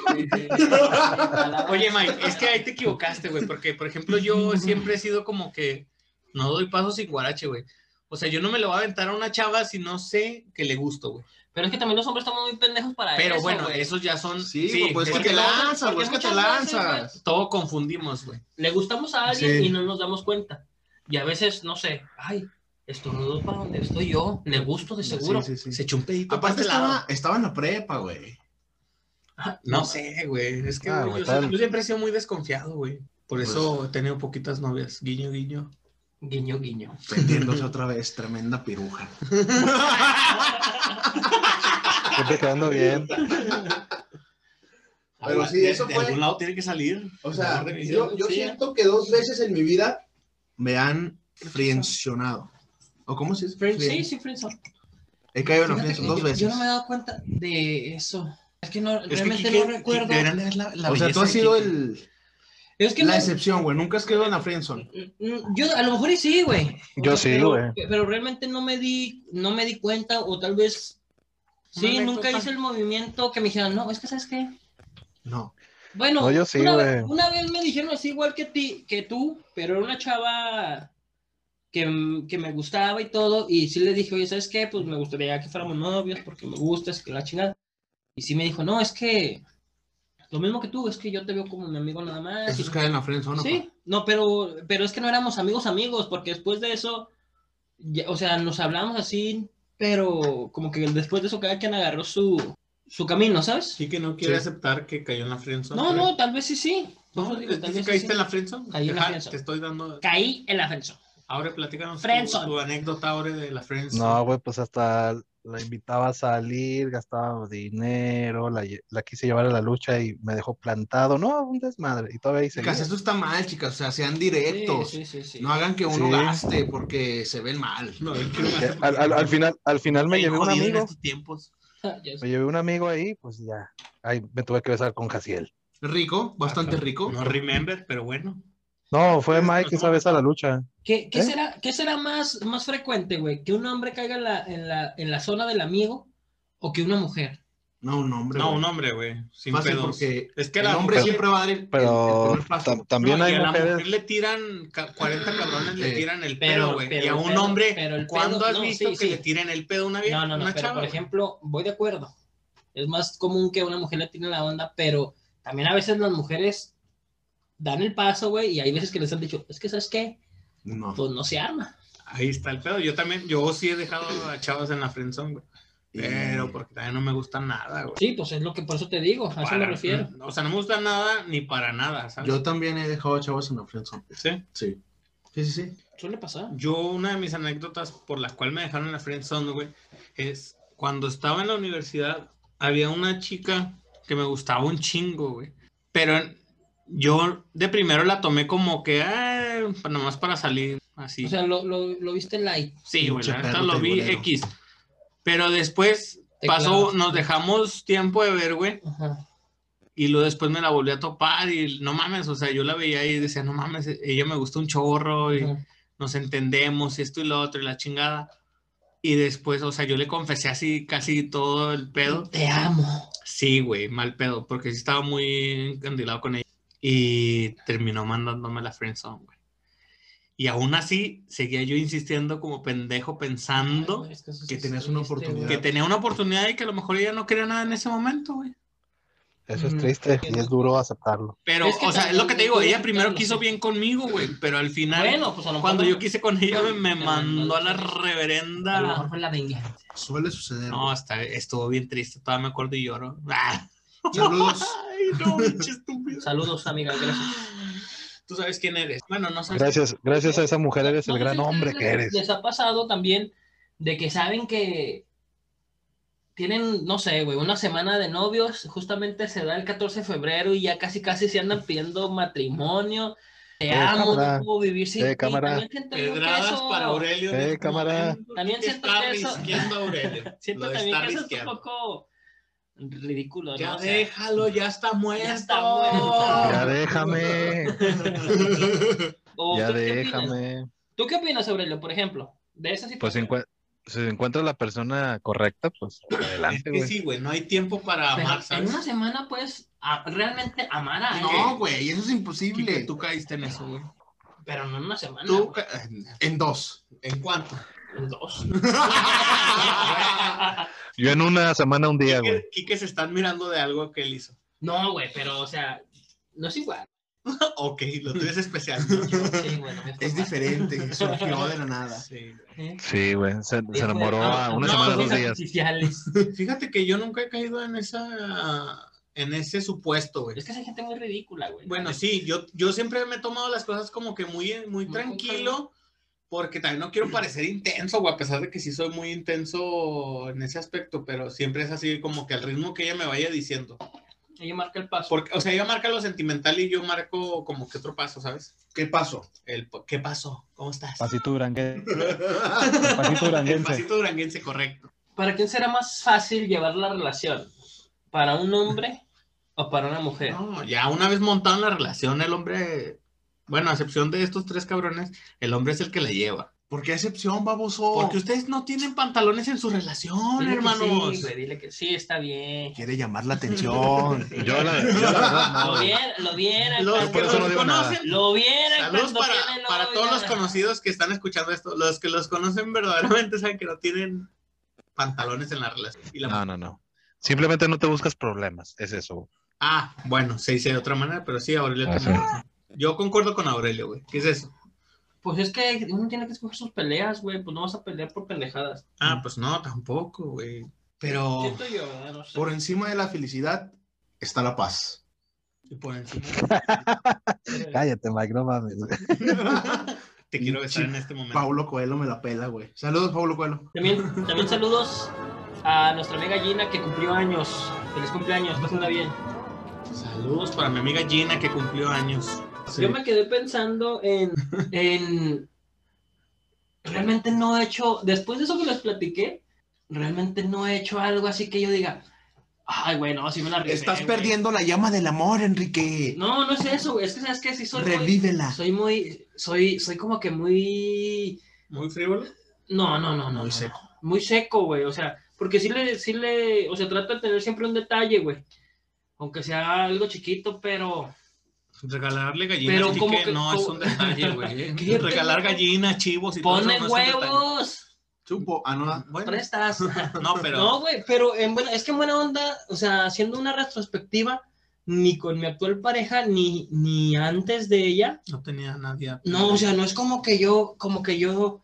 Speaker 4: güey!
Speaker 6: Oye, Mike, es que ahí te equivocaste, güey, porque, por ejemplo, yo siempre he sido como que no doy paso sin guarache, güey. O sea, yo no me lo voy a aventar a una chava si no sé que le gusto, güey.
Speaker 2: Pero es que también los hombres estamos muy pendejos para
Speaker 6: Pero
Speaker 2: Ah, eso,
Speaker 6: bueno,
Speaker 2: güey.
Speaker 6: esos ya son...
Speaker 4: Sí, güey, pues es que
Speaker 6: porque
Speaker 4: te
Speaker 6: luego
Speaker 4: lanzas, güey, es que
Speaker 2: porque
Speaker 4: te
Speaker 2: muchas veces,
Speaker 4: lanzas.
Speaker 6: Todo confundimos, güey.
Speaker 2: Le gustamos a alguien
Speaker 4: Sí.
Speaker 2: y no nos damos cuenta. Y a veces, no sé, ay, estornudó para donde estoy yo. Le gusto de seguro.
Speaker 4: Sí, sí, sí.
Speaker 6: Se echó un pedito
Speaker 4: Aparte
Speaker 6: para este lado.
Speaker 4: estaba, estaba en la prepa, güey.
Speaker 6: No sé, güey. Es que
Speaker 3: Ah,
Speaker 6: güey,
Speaker 3: güey,
Speaker 6: yo, siempre-
Speaker 3: tal.
Speaker 6: yo siempre he sido muy desconfiado, güey. Por
Speaker 4: Pues
Speaker 6: eso he tenido poquitas novias. Guiño, guiño.
Speaker 2: Guiño, guiño.
Speaker 4: Vendiéndose otra vez, tremenda piruja.
Speaker 3: siempre quedando bien.
Speaker 4: Pero
Speaker 6: Ah,
Speaker 4: sí,
Speaker 6: de-
Speaker 4: eso
Speaker 6: de
Speaker 4: fue-
Speaker 6: algún lado tiene que salir.
Speaker 4: O sea,
Speaker 6: Una revisión,
Speaker 4: yo, yo
Speaker 6: sí,
Speaker 4: siento que dos veces en mi vida me han friencionado. ¿O cómo se dice?
Speaker 2: Sí,
Speaker 4: Frien-
Speaker 2: sí, friendzone.
Speaker 4: He caído en la
Speaker 2: Fíjate que
Speaker 4: friendzone dos
Speaker 2: yo-
Speaker 4: veces.
Speaker 2: Yo no me he dado cuenta de eso. Es que no,
Speaker 6: Es que
Speaker 2: realmente
Speaker 6: Quique-
Speaker 2: no
Speaker 6: Quique-
Speaker 2: recuerdo.
Speaker 6: deberían de ver la- la
Speaker 4: o sea, tú
Speaker 6: belleza
Speaker 4: has
Speaker 6: de
Speaker 4: sido
Speaker 6: Quique.
Speaker 4: el,
Speaker 2: es que
Speaker 4: la
Speaker 2: no-
Speaker 4: excepción, güey. Nunca has caído en la friendzone.
Speaker 2: Mm, Yo a lo mejor y sí, güey. O
Speaker 3: Yo sí,
Speaker 2: pero-
Speaker 3: güey.
Speaker 2: Pero, realmente no me di, no me di cuenta, o tal vez sí,
Speaker 6: Una
Speaker 2: nunca
Speaker 6: anécdota.
Speaker 2: hice el movimiento que me dijeron, no, es que sabes qué.
Speaker 4: No.
Speaker 2: Bueno,
Speaker 3: No, yo sí,
Speaker 2: una,
Speaker 3: güey.
Speaker 2: una vez me dijeron así igual que ti, que tú, pero era una chava que, m- que me gustaba y todo, y sí le dije, oye, ¿sabes qué? Pues me gustaría que fuéramos novios porque me gustas, que la chingada. Y sí me dijo, no, es que lo mismo que tú, es que yo te veo como mi amigo nada más.
Speaker 4: Eso
Speaker 2: y
Speaker 4: es caer en la friendzone.
Speaker 2: Sí, no, pero, pero es que no éramos amigos amigos, porque después de eso, ya- o sea, nos hablamos así, pero como que después de eso cada quien agarró su, su camino, ¿sabes?
Speaker 6: Quique no quiere
Speaker 4: Sí.
Speaker 6: aceptar que cayó en la friendzone.
Speaker 2: No, no, tal vez sí, sí. Por
Speaker 6: No,
Speaker 2: eso digo,
Speaker 6: es que
Speaker 2: tal
Speaker 6: si
Speaker 2: vez sí,
Speaker 6: caíste
Speaker 2: sí.
Speaker 6: en la friendzone.
Speaker 2: Caí en la
Speaker 6: Ajá,
Speaker 2: friendzone.
Speaker 6: Te estoy dando...
Speaker 2: Caí en la friendzone.
Speaker 6: Ahora platícanos tu,
Speaker 2: Friendzone.
Speaker 6: tu anécdota ahora de la friendzone.
Speaker 3: No, güey, pues hasta la invitaba a salir, gastaba dinero, la, lle- la quise llevar a la lucha y me dejó plantado. No, un desmadre. Y todavía ahí seguía.
Speaker 4: Chicas, esto está mal, chicas. O sea, sean directos.
Speaker 2: Sí, sí, sí, sí.
Speaker 4: No hagan que uno
Speaker 3: Sí.
Speaker 4: gaste porque se ven mal.
Speaker 6: No, él quiere más
Speaker 3: Que
Speaker 6: porque
Speaker 3: Eh, Al, al- al
Speaker 6: está
Speaker 3: final, al final me
Speaker 6: bien
Speaker 3: llevé un
Speaker 6: jodido en
Speaker 3: amigo.
Speaker 6: estos tiempos.
Speaker 2: Ya sé.
Speaker 3: Me llevé un amigo ahí, pues ya. Ahí me tuve que besar con Jaciel.
Speaker 4: Rico, bastante
Speaker 6: Ah,
Speaker 4: rico.
Speaker 6: No remember, pero bueno.
Speaker 3: No, fue
Speaker 6: Pero-
Speaker 3: Mike esa vez a la lucha.
Speaker 2: ¿Qué, qué
Speaker 3: ¿Eh?
Speaker 2: será, qué será más, más frecuente, güey? ¿Que un hombre caiga en la, en, la, en la zona del amigo o que una mujer?
Speaker 4: No, un hombre.
Speaker 6: No,
Speaker 4: güey.
Speaker 6: un hombre, güey. Sin
Speaker 4: Fácil
Speaker 6: pedos.
Speaker 4: porque
Speaker 6: Es que
Speaker 4: el
Speaker 6: la
Speaker 4: hombre
Speaker 6: mujer-
Speaker 4: siempre va a dar el, el- el
Speaker 3: Pero
Speaker 4: primer paso.
Speaker 3: tam- también
Speaker 6: No, y
Speaker 3: hay
Speaker 6: a la
Speaker 3: mujeres.
Speaker 6: mujer le tiran ca- 40 cabrones, le
Speaker 4: Sí.
Speaker 6: tiran el
Speaker 2: Pero-
Speaker 6: pedo, güey.
Speaker 2: pero
Speaker 6: Y a
Speaker 2: el
Speaker 6: un
Speaker 2: pedo-
Speaker 6: hombre,
Speaker 2: pero el
Speaker 6: ¿cuándo
Speaker 2: pedo-
Speaker 6: has
Speaker 2: no,
Speaker 6: visto
Speaker 2: sí,
Speaker 6: que
Speaker 2: sí.
Speaker 6: le tiran el pedo a una vieja?
Speaker 2: No, no, no,
Speaker 6: una
Speaker 2: pero
Speaker 6: chava,
Speaker 2: por
Speaker 6: güey?
Speaker 2: ejemplo, voy de acuerdo. Es más común que una mujer le tiene la onda, pero también a veces las mujeres dan el paso, güey, y hay veces que les han dicho, es que ¿sabes qué?
Speaker 4: No.
Speaker 2: Pues no se arma.
Speaker 6: Ahí está el pedo. Yo también, yo sí he dejado a chavas en la friendzone, güey. Pero porque también no me gusta nada, güey.
Speaker 2: Sí, pues es lo que por eso te digo, a eso me
Speaker 6: Para-
Speaker 2: refiero.
Speaker 6: O sea, no me gusta nada ni para nada, ¿sabes?
Speaker 4: Yo también he dejado a chavos en la friendzone.
Speaker 6: Sí.
Speaker 4: Sí. Sí, sí, sí.
Speaker 2: Suele pasar.
Speaker 6: Yo, una de mis anécdotas por las cuales me dejaron en la friendzone, güey, es cuando estaba en la universidad, había una chica que me gustaba un chingo, güey. Pero en- yo de primero la tomé como que, ah, nomás para salir, así.
Speaker 2: O sea, lo, lo, lo viste light.
Speaker 6: sí, güey,
Speaker 4: pinche
Speaker 6: la neta
Speaker 4: perro
Speaker 6: lo vi
Speaker 4: tribunero.
Speaker 6: X. Pero después
Speaker 2: Te
Speaker 6: pasó,
Speaker 2: clavas.
Speaker 6: nos dejamos tiempo de ver, güey.
Speaker 2: Ajá.
Speaker 6: Y luego después me la volví a topar y no mames, o sea, yo la veía y decía, no mames, ella me gusta un chorro y
Speaker 2: ajá.
Speaker 6: nos entendemos y esto y lo otro y la chingada. Y después, o sea, yo le confesé así casi todo el pedo.
Speaker 2: Te amo.
Speaker 6: Sí, güey, mal pedo, porque sí estaba muy encandilado con ella. Y terminó mandándome la friendzone, güey. Y aún así, seguía yo insistiendo como pendejo pensando
Speaker 2: Ay, es eso
Speaker 4: que
Speaker 2: sí
Speaker 4: tenías
Speaker 2: está
Speaker 4: una
Speaker 2: triste, güey.
Speaker 4: oportunidad.
Speaker 6: que tenía una oportunidad y que a lo mejor ella no quería nada en ese momento, güey.
Speaker 3: Eso es triste y es duro aceptarlo.
Speaker 6: Pero,
Speaker 2: Es que
Speaker 6: o sea, es lo que te digo, ella primero quiso bien conmigo, güey, pero al final,
Speaker 2: Bueno, pues a lo mejor.
Speaker 6: cuando yo quise con ella, güey, me
Speaker 2: Pero,
Speaker 6: mandó a la
Speaker 2: A lo mejor
Speaker 6: reverenda.
Speaker 2: fue la venganza.
Speaker 4: Suele suceder.
Speaker 6: No, hasta estuvo bien triste, todavía me acuerdo y lloro. Ah.
Speaker 4: Saludos.
Speaker 6: Ay, no, pinche estúpido.
Speaker 2: Saludos, amiga, gracias.
Speaker 6: Tú sabes quién eres. Bueno, no sabes.
Speaker 3: Gracias, gracias a esa mujer eres el
Speaker 2: No,
Speaker 3: gran
Speaker 2: ¿ustedes
Speaker 3: hombre
Speaker 2: les-
Speaker 3: que eres.
Speaker 2: Les ha pasado también de que saben que tienen, no sé, güey, una semana de novios, justamente se da el 14 de febrero y ya casi casi se andan pidiendo matrimonio. Te
Speaker 3: Eh,
Speaker 2: amo,
Speaker 3: cámara.
Speaker 2: no puedo vivir sin
Speaker 3: Eh,
Speaker 2: ti.
Speaker 3: cámara.
Speaker 2: También siento yo que
Speaker 6: Pedradas
Speaker 2: eso-
Speaker 6: para Aurelio. en
Speaker 3: Eh,
Speaker 6: este
Speaker 3: cámara.
Speaker 6: momento.
Speaker 2: También siento
Speaker 6: está
Speaker 2: que eso-
Speaker 6: risqueando a Aurelio.
Speaker 2: Siento
Speaker 6: Lo
Speaker 2: también
Speaker 6: está
Speaker 2: que eso es un
Speaker 6: risqueando.
Speaker 2: poco ridículo, ¿no?
Speaker 6: Ya
Speaker 2: O sea,
Speaker 6: déjalo, ya está muerto.
Speaker 2: está muerto.
Speaker 3: Ya déjame,
Speaker 2: ¿o
Speaker 3: ya
Speaker 2: tú qué opinas?
Speaker 3: déjame.
Speaker 2: ¿Tú qué opinas, Aurelio, por ejemplo? De esa
Speaker 3: Pues si,
Speaker 2: situación.
Speaker 3: encuent- si encuentras la persona correcta, pues
Speaker 6: Es
Speaker 3: adelante,
Speaker 6: que
Speaker 3: güey.
Speaker 6: sí, güey, no hay tiempo para
Speaker 2: Pero
Speaker 6: amar,
Speaker 2: en
Speaker 6: ¿sabes?
Speaker 2: una semana puedes a- realmente amar a alguien.
Speaker 4: No, güey, eso es
Speaker 6: Quique,
Speaker 4: imposible.
Speaker 6: tú caíste en eso, güey.
Speaker 2: Pero no en una semana.
Speaker 4: Tú
Speaker 2: güey,
Speaker 4: ca- en dos.
Speaker 6: ¿En cuánto?
Speaker 2: en dos.
Speaker 3: Yo en una semana, un día, güey.
Speaker 6: Quique, Quique se está admirando de algo que él hizo.
Speaker 2: no, güey, pero o sea, no es igual.
Speaker 6: Ok, lo tuyo es especial.
Speaker 2: Sí, bueno, mejor
Speaker 4: Es
Speaker 2: va.
Speaker 4: diferente, surgió de la nada.
Speaker 6: Sí, güey.
Speaker 2: ¿Eh?
Speaker 3: Sí, güey. Se, se enamoró a una
Speaker 2: ah, No,
Speaker 3: semana,
Speaker 2: fuegos
Speaker 3: dos días.
Speaker 2: artificiales.
Speaker 6: Fíjate que yo nunca he caído en esa en ese supuesto, güey.
Speaker 2: Es que esa gente muy ridícula, güey.
Speaker 6: Bueno, sí, yo, yo siempre me he tomado las cosas como que muy, muy
Speaker 2: Muy
Speaker 6: tranquilo, porque también no quiero parecer intenso, güey, a pesar de que sí soy muy intenso en ese aspecto, pero siempre es así como que al ritmo que ella me vaya diciendo.
Speaker 2: Ella marca el paso.
Speaker 6: Porque, o sea, ella marca lo sentimental y yo marco como que otro paso, ¿sabes?
Speaker 4: ¿Qué pasó?
Speaker 6: El, po- ¿Qué pasó? ¿Cómo estás?
Speaker 3: Pasito duranguense.
Speaker 6: El pasito duranguense, correcto.
Speaker 2: ¿Para quién será más fácil llevar la relación? ¿Para un hombre o para una mujer?
Speaker 6: No, ya una vez montado en la relación, el hombre, bueno, a excepción de estos tres cabrones, el hombre es el que la lleva.
Speaker 4: ¿Por qué excepción, baboso?
Speaker 6: Porque ustedes no tienen pantalones en su relación,
Speaker 2: Dile que
Speaker 6: hermanos.
Speaker 2: pues Sí, güey, dile que sí, está bien.
Speaker 4: quiere llamar la atención.
Speaker 3: Yo la, yo la verdad, no,
Speaker 2: Lo
Speaker 3: güey.
Speaker 2: viera, lo viera.
Speaker 6: Los
Speaker 2: cuando-
Speaker 6: que
Speaker 3: por eso no
Speaker 6: los
Speaker 3: digo
Speaker 6: conocen.
Speaker 2: Lo vieran
Speaker 6: Saludos
Speaker 2: cuando
Speaker 6: para,
Speaker 2: tiene
Speaker 6: para
Speaker 2: novia.
Speaker 6: todos los conocidos que están escuchando esto. Los que los conocen verdaderamente saben que no tienen pantalones en la relación. Y la-
Speaker 3: No, no, no. Simplemente no te buscas problemas. Es eso, güey.
Speaker 6: Ah, bueno, se dice de otra manera, pero sí, Aurelio.
Speaker 3: Ah,
Speaker 6: tiene razón. Yo concuerdo con Aurelio, güey. ¿Qué es eso?
Speaker 2: Pues es que uno tiene que escoger sus peleas, güey. Pues no vas a pelear por pendejadas.
Speaker 3: Mm.
Speaker 6: Ah, pues no, tampoco, güey. Pero
Speaker 2: Siento yo, ¿verdad? No sé.
Speaker 4: Por encima de la felicidad está la paz.
Speaker 6: y por encima,
Speaker 3: Cállate, Mike, no mames. güey.
Speaker 6: te
Speaker 3: Mm,
Speaker 6: quiero besar en este momento.
Speaker 4: Paulo Coelho me la pela, güey. Saludos, Paulo Coelho.
Speaker 2: También, también saludos a nuestra amiga Gina que cumplió años. Feliz cumpleaños, pásenla bien.
Speaker 6: Saludos para mi amiga Gina que cumplió años.
Speaker 2: Yo me quedé pensando en, en- Realmente no he hecho... Después de eso que les platiqué, realmente no he hecho algo así que yo diga... Ay, güey, no, si me la rifé,
Speaker 4: Estás
Speaker 2: güey".
Speaker 4: perdiendo la llama del amor, Enrique.
Speaker 2: No, no es eso, güey. Es que sabes que sí soy... muy-
Speaker 4: Revívela.
Speaker 2: Soy muy, soy, soy como que muy,
Speaker 6: Muy frívolo.
Speaker 2: no, no, no, no,
Speaker 4: Muy
Speaker 2: no,
Speaker 4: seco.
Speaker 2: no. muy seco, güey, o sea, porque sí le, sí le, o sea, trata de tener siempre un detalle, güey, aunque sea algo chiquito, pero,
Speaker 6: Regalarle gallinas
Speaker 2: Pero
Speaker 6: sí
Speaker 2: como
Speaker 6: que
Speaker 2: que-
Speaker 6: no
Speaker 2: como-
Speaker 6: es un detalle, güey.
Speaker 2: ¿Qué?
Speaker 6: Regalar gallinas, chivos y todo
Speaker 2: pone
Speaker 6: eso no es un detalle.
Speaker 2: huevos,
Speaker 4: Supo. Ah, no.
Speaker 6: Bueno,
Speaker 2: prestas,
Speaker 6: no, pero
Speaker 2: no, güey, pero en buena- es que en buena onda, o sea, haciendo una retrospectiva, ni con mi actual pareja, ni, ni antes de ella,
Speaker 6: no tenía nadie.
Speaker 2: No, o sea, no es como que yo, como que yo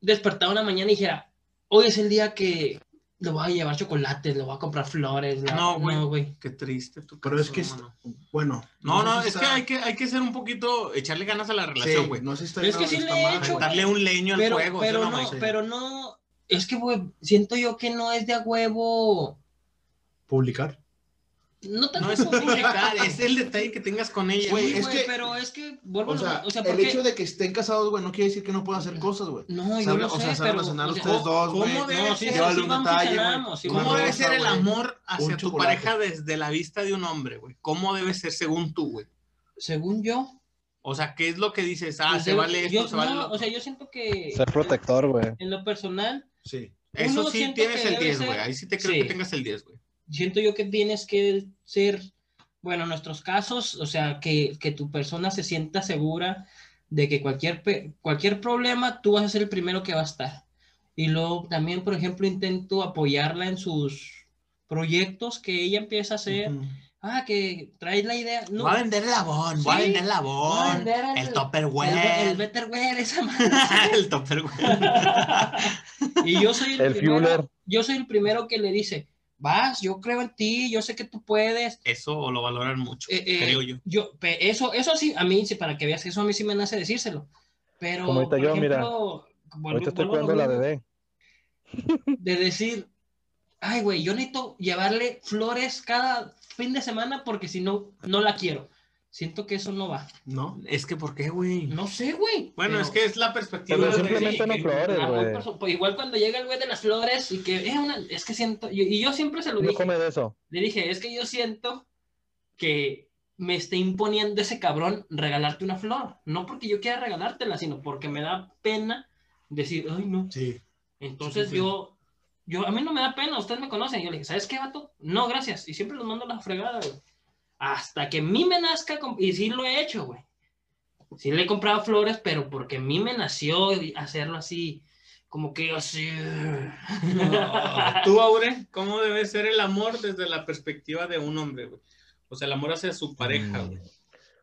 Speaker 2: despertaba una mañana y dijera, hoy es el día que le voy a llevar chocolates, le voy a comprar flores. la-
Speaker 6: No, güey.
Speaker 2: No, güey.
Speaker 6: Qué triste tu
Speaker 4: Pero
Speaker 6: caso,
Speaker 4: es que es-
Speaker 6: hermano.
Speaker 4: Bueno.
Speaker 6: No, no,
Speaker 4: sé
Speaker 6: es
Speaker 4: si
Speaker 6: que
Speaker 4: está-
Speaker 6: hay que hay que ser un poquito echarle ganas a la relación,
Speaker 4: Sí,
Speaker 6: güey.
Speaker 4: no sé si está
Speaker 2: Pero es
Speaker 4: bien o
Speaker 2: que sí
Speaker 4: está
Speaker 2: le he
Speaker 4: mal,
Speaker 2: hecho,
Speaker 4: güey.
Speaker 6: Darle un leño al
Speaker 2: Pero,
Speaker 6: fuego,
Speaker 2: pero
Speaker 6: ¿sí o
Speaker 2: no,
Speaker 6: güey?
Speaker 2: pero no, es que, güey, siento yo que no es de a huevo.
Speaker 4: Publicar.
Speaker 2: No tan
Speaker 6: No es publicar, Ah, es el detalle que tengas con ella.
Speaker 4: Güey,
Speaker 2: Sí,
Speaker 4: es
Speaker 2: güey,
Speaker 4: que-
Speaker 2: pero es que, vuelvo
Speaker 4: O
Speaker 2: a lo-
Speaker 4: sea,
Speaker 2: o sea,
Speaker 4: el
Speaker 2: porque-
Speaker 4: hecho de que estén casados, güey, no quiere decir que no puedan hacer cosas, güey.
Speaker 2: No, yo
Speaker 4: Saben-
Speaker 2: no
Speaker 4: o sea,
Speaker 2: sé,
Speaker 4: saben
Speaker 2: pero-
Speaker 4: razonar
Speaker 2: o sea,
Speaker 4: ustedes dos,
Speaker 6: ¿cómo
Speaker 4: güey.
Speaker 6: debe
Speaker 2: No, sí,
Speaker 6: ser?
Speaker 2: sí,
Speaker 4: Llévale
Speaker 2: sí
Speaker 4: un
Speaker 2: vamos
Speaker 4: detalle,
Speaker 2: funcionando,
Speaker 4: güey.
Speaker 2: sí
Speaker 4: Una
Speaker 6: ¿Cómo
Speaker 2: vamos
Speaker 6: debe
Speaker 4: rosa,
Speaker 6: ser el
Speaker 4: güey.
Speaker 6: amor
Speaker 4: Un
Speaker 6: hacia tu
Speaker 4: chocolate.
Speaker 6: pareja desde la vista de un hombre, güey? ¿Cómo debe ser según tú, güey?
Speaker 2: Según yo.
Speaker 6: O sea, ¿qué es lo que dices? Ah,
Speaker 2: pues,
Speaker 6: se
Speaker 2: yo-
Speaker 6: vale esto,
Speaker 2: yo-
Speaker 6: se vale
Speaker 2: no,
Speaker 6: lo otro.
Speaker 2: O sea, yo siento que...
Speaker 3: Ser protector, güey.
Speaker 2: En lo personal,
Speaker 4: Sí.
Speaker 6: Eso
Speaker 2: uno
Speaker 6: sí
Speaker 2: siento
Speaker 6: tienes
Speaker 2: que
Speaker 6: el
Speaker 2: debe
Speaker 6: 10,
Speaker 2: ser-
Speaker 6: güey. Ahí sí te creo
Speaker 2: Sí.
Speaker 6: que tengas el 10, güey.
Speaker 2: siento yo que tienes que ser, bueno, en nuestros casos, o sea, que, que tu persona se sienta segura de que cualquier, pe- cualquier problema tú vas a ser el primero que va a estar. Y luego también, por ejemplo, intento apoyarla en sus proyectos que ella empieza a hacer.
Speaker 4: Ujú.
Speaker 2: Ah, que traes la idea. No,
Speaker 6: Voy a vender el abón, voy a
Speaker 2: Sí,
Speaker 6: vender el
Speaker 2: voy a
Speaker 6: abón,
Speaker 2: vender el-
Speaker 6: el
Speaker 2: el,
Speaker 6: topperware.
Speaker 2: be- el
Speaker 6: El,
Speaker 2: Betterware, esa madre.
Speaker 6: topperware.
Speaker 2: Y yo soy el,
Speaker 3: El
Speaker 2: primero,
Speaker 3: Fuller.
Speaker 2: yo soy el primero que le dice, vas, yo creo en ti, yo sé que tú puedes.
Speaker 6: Eso lo valoran mucho,
Speaker 2: Eh, eh,
Speaker 6: creo yo.
Speaker 2: Yo, pe- eso, eso sí, a mí sí, para que veas, eso a mí sí me nace decírselo. Pero,
Speaker 3: Como ahorita
Speaker 2: por
Speaker 3: yo, mira,
Speaker 2: ejemplo, vuelvo-
Speaker 3: Ahorita estoy
Speaker 2: vuelvo a lo
Speaker 3: cuidando a la
Speaker 2: mismo,
Speaker 3: bebé.
Speaker 2: De decir, ay, güey, yo necesito llevarle flores cada fin de semana porque si no, no la quiero. Siento que eso no va.
Speaker 4: ¿No?
Speaker 6: Es que, ¿por qué, güey?
Speaker 2: No sé, güey.
Speaker 6: bueno,
Speaker 2: pero-
Speaker 6: es que es la perspectiva.
Speaker 3: Pero
Speaker 6: de-
Speaker 3: simplemente no
Speaker 6: que-
Speaker 3: flores,
Speaker 2: Ah, voy
Speaker 3: güey.
Speaker 2: por su- pues igual cuando llega el güey de las flores y que es una, es que siento, y, y yo siempre se lo
Speaker 3: No
Speaker 2: dije,
Speaker 3: come de eso.
Speaker 2: le dije, es que yo siento que me esté imponiendo ese cabrón regalarte una flor, no porque yo quiera regalártela, sino porque me da pena decir, ay no,
Speaker 4: Sí.
Speaker 2: entonces
Speaker 4: Sí, sí, sí.
Speaker 2: yo, yo, a mí no me da pena, ustedes me conocen, yo le dije, ¿sabes qué, vato? No, gracias, y siempre los mando a la fregada, güey. hasta que a mí me nazca, com- y sí lo he hecho, güey, sí le he comprado flores, pero porque a mí me nació hacerlo así, como que así,
Speaker 6: Tú, Aure, ¿cómo debe ser el amor desde la perspectiva de un hombre, güey? O sea, el amor hacia su pareja,
Speaker 3: Mm.
Speaker 6: güey.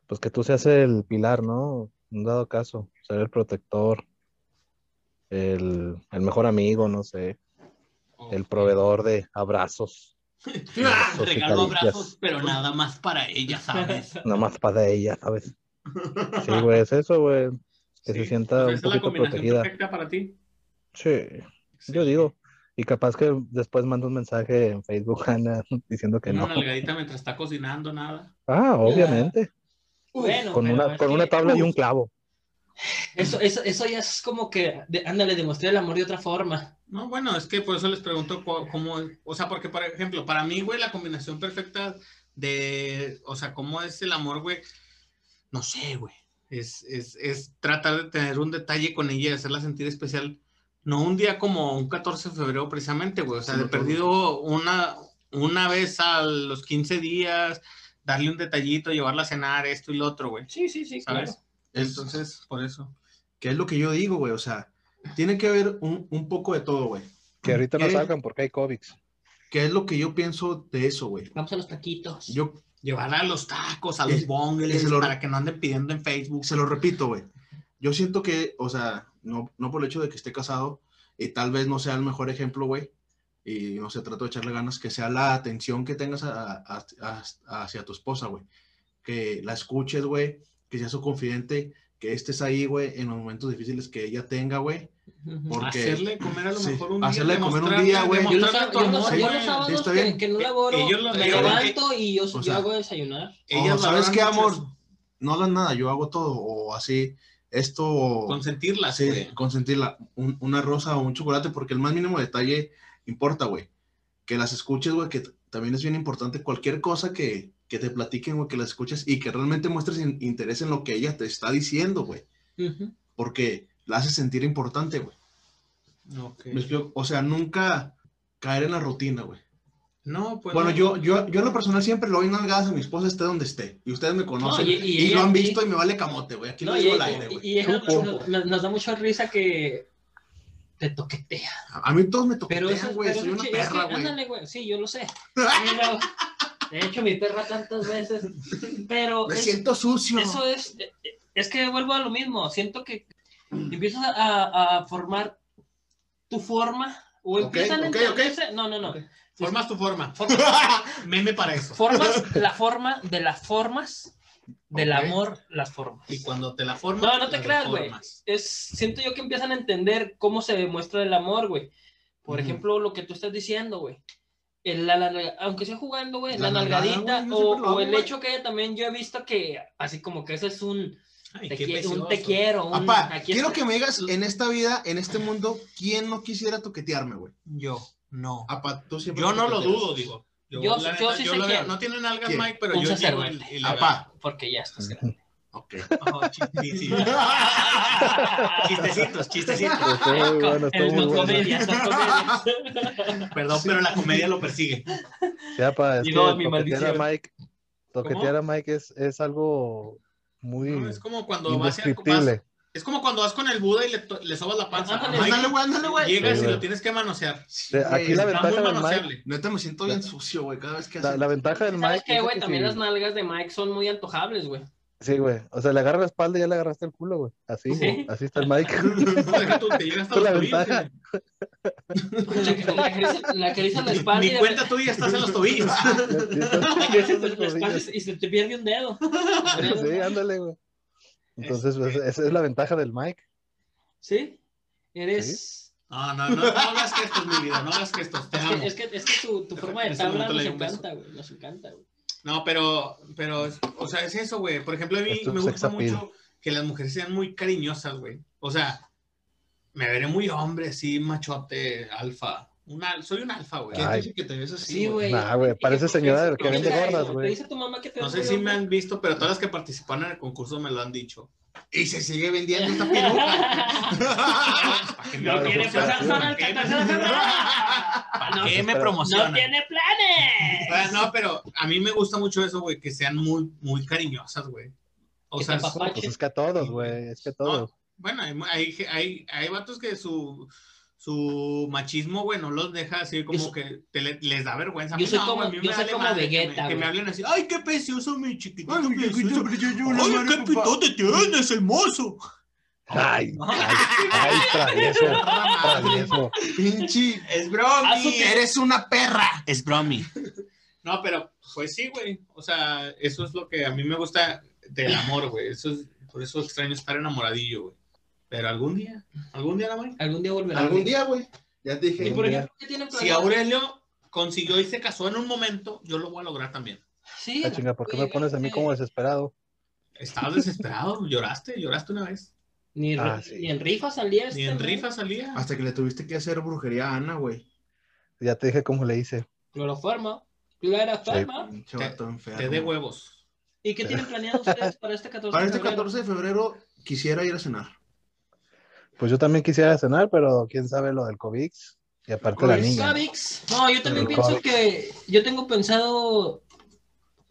Speaker 3: Pues que tú seas el pilar, ¿no? En dado caso, ser el protector, el, el mejor amigo, no sé, el proveedor de abrazos,
Speaker 6: Ah,
Speaker 3: Abrazos y
Speaker 6: regalo abrazos,
Speaker 3: caricias.
Speaker 6: pero nada más para ella, ¿sabes?
Speaker 3: nada más para ella, ¿sabes? Sí, güey, es eso, güey, que se
Speaker 6: Sí.
Speaker 3: sienta
Speaker 6: O sea,
Speaker 3: un
Speaker 6: esa es la
Speaker 3: poquito
Speaker 6: combinación
Speaker 3: protegida.
Speaker 6: perfecta para ti.
Speaker 3: Sí, yo
Speaker 6: Sí.
Speaker 3: digo. Y capaz que después manda un mensaje en Facebook, Ana, diciendo que no.
Speaker 6: Una nalgadita mientras está cocinando, nada.
Speaker 3: Ah, obviamente.
Speaker 2: bueno,
Speaker 3: Con
Speaker 2: pero
Speaker 3: una,
Speaker 2: es
Speaker 3: con una
Speaker 2: que-
Speaker 3: tabla y un clavo.
Speaker 2: Eso, eso, eso ya es como que, de- ándale, demostré el amor de otra forma.
Speaker 6: No, bueno, es que por eso les pregunto cu- cómo, o sea, porque por ejemplo, para mí, güey, la combinación perfecta de, o sea, cómo es el amor, güey, no sé, güey, es, es, es tratar de tener un detalle con ella y hacerla sentir especial, no un día como un 14 de febrero precisamente, güey, o sea,
Speaker 4: Sí,
Speaker 6: de
Speaker 4: no, todo.
Speaker 6: perdido una, una vez a los 15 días, darle un detallito, llevarla a cenar, esto y lo otro, güey,
Speaker 2: Sí, sí, sí,
Speaker 6: ¿sabes?
Speaker 4: Entonces,
Speaker 6: Entonces, por eso.
Speaker 4: que es lo que yo digo, güey. O sea, tiene que haber un, un poco de todo, güey.
Speaker 3: Que ahorita no
Speaker 4: ¿Qué?
Speaker 3: salgan porque hay COVID.
Speaker 4: ¿Qué es lo que yo pienso de eso, güey?
Speaker 2: Vamos a los taquitos.
Speaker 4: Yo
Speaker 6: Llevarla a los tacos, a los
Speaker 4: Es- es
Speaker 6: bongles,
Speaker 4: el or-
Speaker 6: para que no anden pidiendo en Facebook.
Speaker 4: se lo repito, güey. Yo siento que, o sea, no, no por el hecho de que esté casado, y tal vez no sea el mejor ejemplo, güey. Y no se trato de echarle ganas, que sea la atención que tengas a- a- a- hacia tu esposa, güey. Que la escuches, güey. Que seas su confidente. Que estés ahí, güey, en los momentos difíciles que ella tenga, güey.
Speaker 2: Ujú.
Speaker 4: por- porque-
Speaker 6: hacerle comer a lo
Speaker 4: sí,
Speaker 6: mejor un
Speaker 4: hacerle
Speaker 6: día.
Speaker 4: comer un
Speaker 6: demostrarle-
Speaker 4: día, güey.
Speaker 2: yo los,
Speaker 6: demostrarle
Speaker 2: sá-
Speaker 6: tu
Speaker 2: yo los-
Speaker 6: amor,
Speaker 2: yo
Speaker 6: güey.
Speaker 2: los sábados
Speaker 4: Sí, está
Speaker 2: que,
Speaker 4: bien.
Speaker 2: que no laboro,
Speaker 6: Ellos lo-
Speaker 2: me
Speaker 6: ellos lo-
Speaker 2: levanto y yo, yo
Speaker 4: sea,
Speaker 2: hago desayunar.
Speaker 4: O, Oh, ¿Sabes
Speaker 6: valoran
Speaker 4: qué,
Speaker 6: mucho
Speaker 4: amor?
Speaker 6: eso.
Speaker 4: No hagas nada, yo hago todo. O así, esto.
Speaker 6: Consentirlas,
Speaker 4: Sí,
Speaker 6: güey.
Speaker 4: consentirla. Un- una rosa o un chocolate, porque el más mínimo detalle importa, güey. Que las escuches, güey, que t- también es bien importante. Cualquier cosa que, que te platiquen, güey, que las escuches y que realmente muestres in- interés en lo que ella te está diciendo, güey.
Speaker 2: Ujú.
Speaker 4: Porque la hace sentir importante, güey.
Speaker 6: Ok.
Speaker 4: ¿Me explico? O sea, nunca caer en la rutina, güey.
Speaker 6: No, pues.
Speaker 4: Bueno,
Speaker 6: no.
Speaker 4: yo, yo, yo en lo personal siempre lo doy nalgadas a mi esposa, esté donde esté. Y ustedes me conocen.
Speaker 2: y-
Speaker 4: y,
Speaker 2: y
Speaker 4: lo
Speaker 2: ella-
Speaker 4: han
Speaker 2: y-
Speaker 4: visto y me vale camote, güey. Aquí
Speaker 2: No,
Speaker 4: lo
Speaker 2: y,
Speaker 4: digo al aire,
Speaker 2: y-
Speaker 4: güey.
Speaker 2: y es-
Speaker 4: Chupo.
Speaker 2: nos, nos- nos da mucha risa que te toquetea.
Speaker 4: A a mí todos me tocan,
Speaker 2: Pero eso
Speaker 4: güey.
Speaker 2: pero
Speaker 4: Soy
Speaker 2: eso
Speaker 4: una
Speaker 2: es que- es que-
Speaker 4: perra, güey.
Speaker 2: ándale, güey. Sí, yo lo sé. Pero, de hecho, mi perra tantas veces. Pero
Speaker 4: Me
Speaker 2: es-
Speaker 4: siento sucio.
Speaker 2: Eso es, eh, es que vuelvo a lo mismo. Siento que empiezas a, a formar tu forma o
Speaker 4: Ok,
Speaker 2: empiezan
Speaker 4: ok,
Speaker 2: a
Speaker 4: ok.
Speaker 2: entenderse- No, no, no.
Speaker 6: Formas tu forma.
Speaker 2: Formas,
Speaker 6: Meme para eso.
Speaker 2: formas la forma de las formas del
Speaker 6: Ok.
Speaker 2: amor, las formas.
Speaker 6: Y cuando te la formas.
Speaker 2: No, no te
Speaker 6: la
Speaker 2: creas, güey.
Speaker 6: reformas.
Speaker 2: Es, siento yo que empiezan a entender cómo se demuestra el amor, güey. Por
Speaker 4: Ujú.
Speaker 2: ejemplo, lo que tú estás diciendo, güey. El- la- la- aunque sea jugando, güey, la,
Speaker 4: La nalgada,
Speaker 2: nalgadita
Speaker 4: güey, yo
Speaker 2: o,
Speaker 4: siempre lo hago,
Speaker 2: o el
Speaker 4: güey.
Speaker 2: hecho que también yo he visto que así como que ese es un
Speaker 6: Ay,
Speaker 2: te,
Speaker 6: qué
Speaker 2: quie- un
Speaker 6: precioso.
Speaker 2: te quiero, un
Speaker 4: Papá,
Speaker 2: aquí
Speaker 4: quiero
Speaker 2: estoy.
Speaker 4: que me digas en esta vida, en este mundo, ¿quién no quisiera toquetearme, güey?
Speaker 6: Yo, no.
Speaker 4: Apá, tú siempre
Speaker 6: Yo no lo
Speaker 4: toqueteas.
Speaker 6: dudo, digo.
Speaker 2: Yo-
Speaker 6: la
Speaker 2: yo
Speaker 6: neta,
Speaker 2: sí sé
Speaker 6: lo veo.
Speaker 2: quién.
Speaker 6: No tiene nalgas,
Speaker 4: ¿Quién?
Speaker 6: Mike, pero
Speaker 2: un
Speaker 6: yo llego
Speaker 2: sacerdote.
Speaker 6: y, y la
Speaker 4: Apá.
Speaker 2: Porque ya estás
Speaker 4: Ok.
Speaker 6: Oh, chistecito. chistecitos, chistecitos.
Speaker 3: Estuvo muy bueno, estuvo
Speaker 2: El
Speaker 3: muy
Speaker 2: no
Speaker 3: bueno.
Speaker 2: comedias, no comedias.
Speaker 6: Perdón, pero la comedia lo persigue.
Speaker 3: Ya, pa, es
Speaker 2: Llegó
Speaker 3: que
Speaker 2: mi
Speaker 3: toquetear a
Speaker 2: maldición.
Speaker 3: Mike, toquetear a Mike es, es algo muy
Speaker 6: No, es como cuando vas a, vas,
Speaker 3: indescriptible.
Speaker 6: Es como cuando vas con el Buda y le, to- le sobas la panza.
Speaker 2: Ah, Ándale.
Speaker 6: Mike,
Speaker 4: Ándale, güey, ándale, güey.
Speaker 6: Llegas
Speaker 3: Sí,
Speaker 6: y
Speaker 3: güey.
Speaker 6: lo tienes que manosear.
Speaker 4: Sí,
Speaker 3: Eh, Aquí
Speaker 4: güey,
Speaker 3: la
Speaker 6: Está muy
Speaker 3: ventaja del Mike,
Speaker 6: manoseable.
Speaker 4: Neta, me siento bien sucio, güey, cada vez que
Speaker 3: la,
Speaker 4: hace.
Speaker 3: la ventaja del
Speaker 2: ¿Sabes
Speaker 3: Mike.
Speaker 2: qué,
Speaker 3: es
Speaker 2: güey?
Speaker 3: que
Speaker 2: También
Speaker 3: si-
Speaker 2: las nalgas de Mike son muy antojables, güey.
Speaker 3: Sí, güey. O sea, le agarras la espalda y ya le agarraste el culo, güey. Así,
Speaker 2: Sí.
Speaker 3: así está el Mike.
Speaker 6: Deja tú, te llegas hasta
Speaker 3: Con la
Speaker 6: los tobillos.
Speaker 3: ventaja.
Speaker 6: güey.
Speaker 2: Le acaricia- le acaricias la espalda y
Speaker 6: Ni
Speaker 2: de
Speaker 6: cuenta tú ya estás en los tobillos.
Speaker 2: Le acaricias la espalda y se te pierde un dedo.
Speaker 3: Sí, ándale, güey. Entonces, pues,
Speaker 6: Este-
Speaker 3: esa es la ventaja del Mike.
Speaker 2: ¿Sí? Eres.
Speaker 6: No, no, no, no hagas gestos, mi vida, no hagas gestos, te
Speaker 2: Es, que,
Speaker 6: amo.
Speaker 2: es, que, es que tu, tu forma
Speaker 6: En
Speaker 2: de
Speaker 6: ese
Speaker 2: tabla
Speaker 6: momento le
Speaker 2: nos
Speaker 6: di un beso.
Speaker 2: encanta, güey. Nos encanta, güey.
Speaker 6: No, pero, pero, o sea, es eso, güey. Por ejemplo, a mí
Speaker 3: Es tu
Speaker 6: me
Speaker 3: sex
Speaker 6: gusta
Speaker 3: appeal.
Speaker 6: mucho que las mujeres sean muy cariñosas, güey. O sea, me veré muy hombre, así, machote, alfa. Un al- soy un alfa, güey.
Speaker 4: ¿Quién te
Speaker 3: Ay.
Speaker 4: dice que te ves así?
Speaker 2: Sí,
Speaker 4: güey?
Speaker 2: güey.
Speaker 3: Nah, güey, parece señora que vende gordas,
Speaker 2: Te
Speaker 3: güey.
Speaker 2: dice tu mamá que te
Speaker 6: No
Speaker 2: ves
Speaker 6: sé
Speaker 2: muy
Speaker 6: si me
Speaker 2: hombre.
Speaker 6: han visto, pero todas las que participaron en el concurso me lo han dicho.
Speaker 4: Y se sigue vendiendo esta
Speaker 2: No tiene planes. para el 14
Speaker 3: No, no, no, no,
Speaker 4: piruja.
Speaker 6: ¿Para qué me,
Speaker 2: de febrero.
Speaker 6: ¿Para
Speaker 2: No,
Speaker 6: qué me
Speaker 3: no
Speaker 2: No
Speaker 6: promocionan?
Speaker 2: tiene
Speaker 6: Ah,
Speaker 2: planes.
Speaker 6: No, pero a mí me gusta mucho eso, güey, que sean muy, muy cariñosas, güey. O
Speaker 2: Que
Speaker 6: sea,
Speaker 2: te
Speaker 6: es-
Speaker 2: apapachen.
Speaker 3: Pues es que a todos, güey. Es que a
Speaker 6: No,
Speaker 3: todos.
Speaker 6: bueno, hay, hay, hay, hay vatos que su, su machismo, güey, no los deja así como
Speaker 2: Yo-
Speaker 6: que te le- les da vergüenza. A
Speaker 2: yo
Speaker 6: mí
Speaker 2: soy
Speaker 6: no,
Speaker 2: como-
Speaker 6: güey, a mí
Speaker 2: yo
Speaker 6: me
Speaker 2: soy
Speaker 6: vale
Speaker 2: como
Speaker 6: madre que me-
Speaker 2: Vegeta,
Speaker 6: Que me
Speaker 2: güey.
Speaker 6: hablen así, ay, qué precioso, mi chiquitito.
Speaker 4: Ay, mi chiquito,
Speaker 6: precioso.
Speaker 4: brillo,
Speaker 6: Ay,
Speaker 4: la
Speaker 6: qué
Speaker 4: madre, papá.
Speaker 6: pitote tienes, hermoso.
Speaker 3: Ay, ay, ay, travieso, travieso.
Speaker 4: Pinche.
Speaker 6: Es
Speaker 2: Haz un-
Speaker 6: bromi.
Speaker 4: Eres una perra.
Speaker 6: Es bromi. No, pero pues sí, güey. O sea, eso es lo que a mí me gusta del amor, güey. Eso es, por eso extraño estar enamoradillo, güey. Pero algún día, algún día, la
Speaker 2: Algún día volverá.
Speaker 4: Algún día, güey. Ya te
Speaker 2: Y
Speaker 4: dije.
Speaker 2: por ejemplo, ¿qué tienen
Speaker 6: Si
Speaker 2: planeado?
Speaker 6: Aurelio consiguió y se casó en un momento, yo lo voy a lograr también.
Speaker 2: Sí. eh,
Speaker 3: La Ah, chinga, ¿por qué me
Speaker 2: güey,
Speaker 3: pones a mí
Speaker 2: güey.
Speaker 3: como desesperado?
Speaker 6: Estabas desesperado, lloraste, lloraste una vez.
Speaker 2: Ni,
Speaker 3: Ah,
Speaker 2: ri-
Speaker 3: sí.
Speaker 2: ni en rifa este salía
Speaker 6: Ni en rifa salía.
Speaker 4: Hasta que le tuviste que hacer brujería a Ana, güey.
Speaker 3: Ya te dije cómo le hice.
Speaker 2: Cloroforma. Cloroforma.
Speaker 4: Pinche vato enfermo.
Speaker 6: Te dé huevos.
Speaker 2: ¿Y qué tienen planeado ustedes para este 14
Speaker 4: Para
Speaker 2: de
Speaker 4: este
Speaker 2: febrero?
Speaker 4: 14 de febrero quisiera ir a cenar.
Speaker 3: Pues yo también quisiera cenar, pero quién sabe lo del COVID. Y aparte la
Speaker 4: Covid,
Speaker 3: niña.
Speaker 2: Clavix. Pues, No, yo también
Speaker 3: Pero
Speaker 2: pienso que yo tengo pensado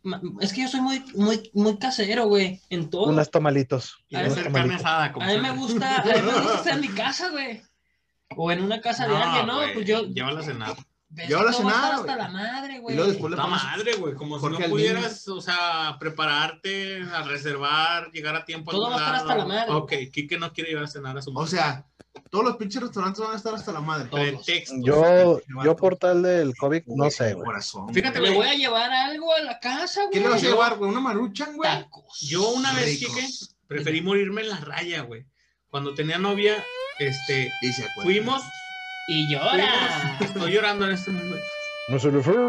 Speaker 2: ma- es que yo soy muy muy muy casero, güey, en todo.
Speaker 3: Unas tomalitos.
Speaker 6: Y
Speaker 2: Ah,
Speaker 3: unos
Speaker 2: es
Speaker 6: hacer carne
Speaker 3: tomalitos.
Speaker 6: asada. como
Speaker 2: A mí me
Speaker 6: siempre.
Speaker 2: gusta, a mí me gusta estar en mi casa, güey. O en una casa de alguien, ¿no?
Speaker 6: güey,
Speaker 2: Pues yo
Speaker 6: Llévala a cenar.
Speaker 2: ves
Speaker 4: Yo a la
Speaker 2: cómo
Speaker 4: cenada,
Speaker 2: estar
Speaker 4: güey.
Speaker 2: hasta la madre, güey.
Speaker 4: Y luego después le
Speaker 6: Puta
Speaker 4: pones.
Speaker 6: madre, güey. Como si
Speaker 4: Jorge
Speaker 6: no
Speaker 4: Albino.
Speaker 6: pudieras, o sea, prepararte, a reservar, llegar a tiempo. a
Speaker 2: Todo
Speaker 6: algún
Speaker 2: va a estar
Speaker 6: lado.
Speaker 2: hasta la madre.
Speaker 6: Ok, Kike no quiere llevar a cenar a su
Speaker 4: O
Speaker 6: madre.
Speaker 4: sea, todos los pinches restaurantes van a estar hasta la madre.
Speaker 2: todos.
Speaker 6: Pretextos.
Speaker 3: Yo, yo por tal del COVID, no
Speaker 4: Güey,
Speaker 3: sé, güey.
Speaker 4: Corazón.
Speaker 6: Fíjate,
Speaker 2: Le voy a llevar algo a la casa, güey.
Speaker 4: ¿Qué le vas a
Speaker 2: Yo-
Speaker 4: llevar, güey? ¿Una maruchan, güey?
Speaker 6: Ah,
Speaker 2: Tacos.
Speaker 6: Yo una vez,
Speaker 4: Ricos.
Speaker 6: Kike, preferí morirme en la raya, güey. Cuando tenía novia, este,
Speaker 4: Y se acuerda.
Speaker 6: fuimos,
Speaker 2: y llora.
Speaker 6: estoy llorando en este momento.
Speaker 3: No se le fue.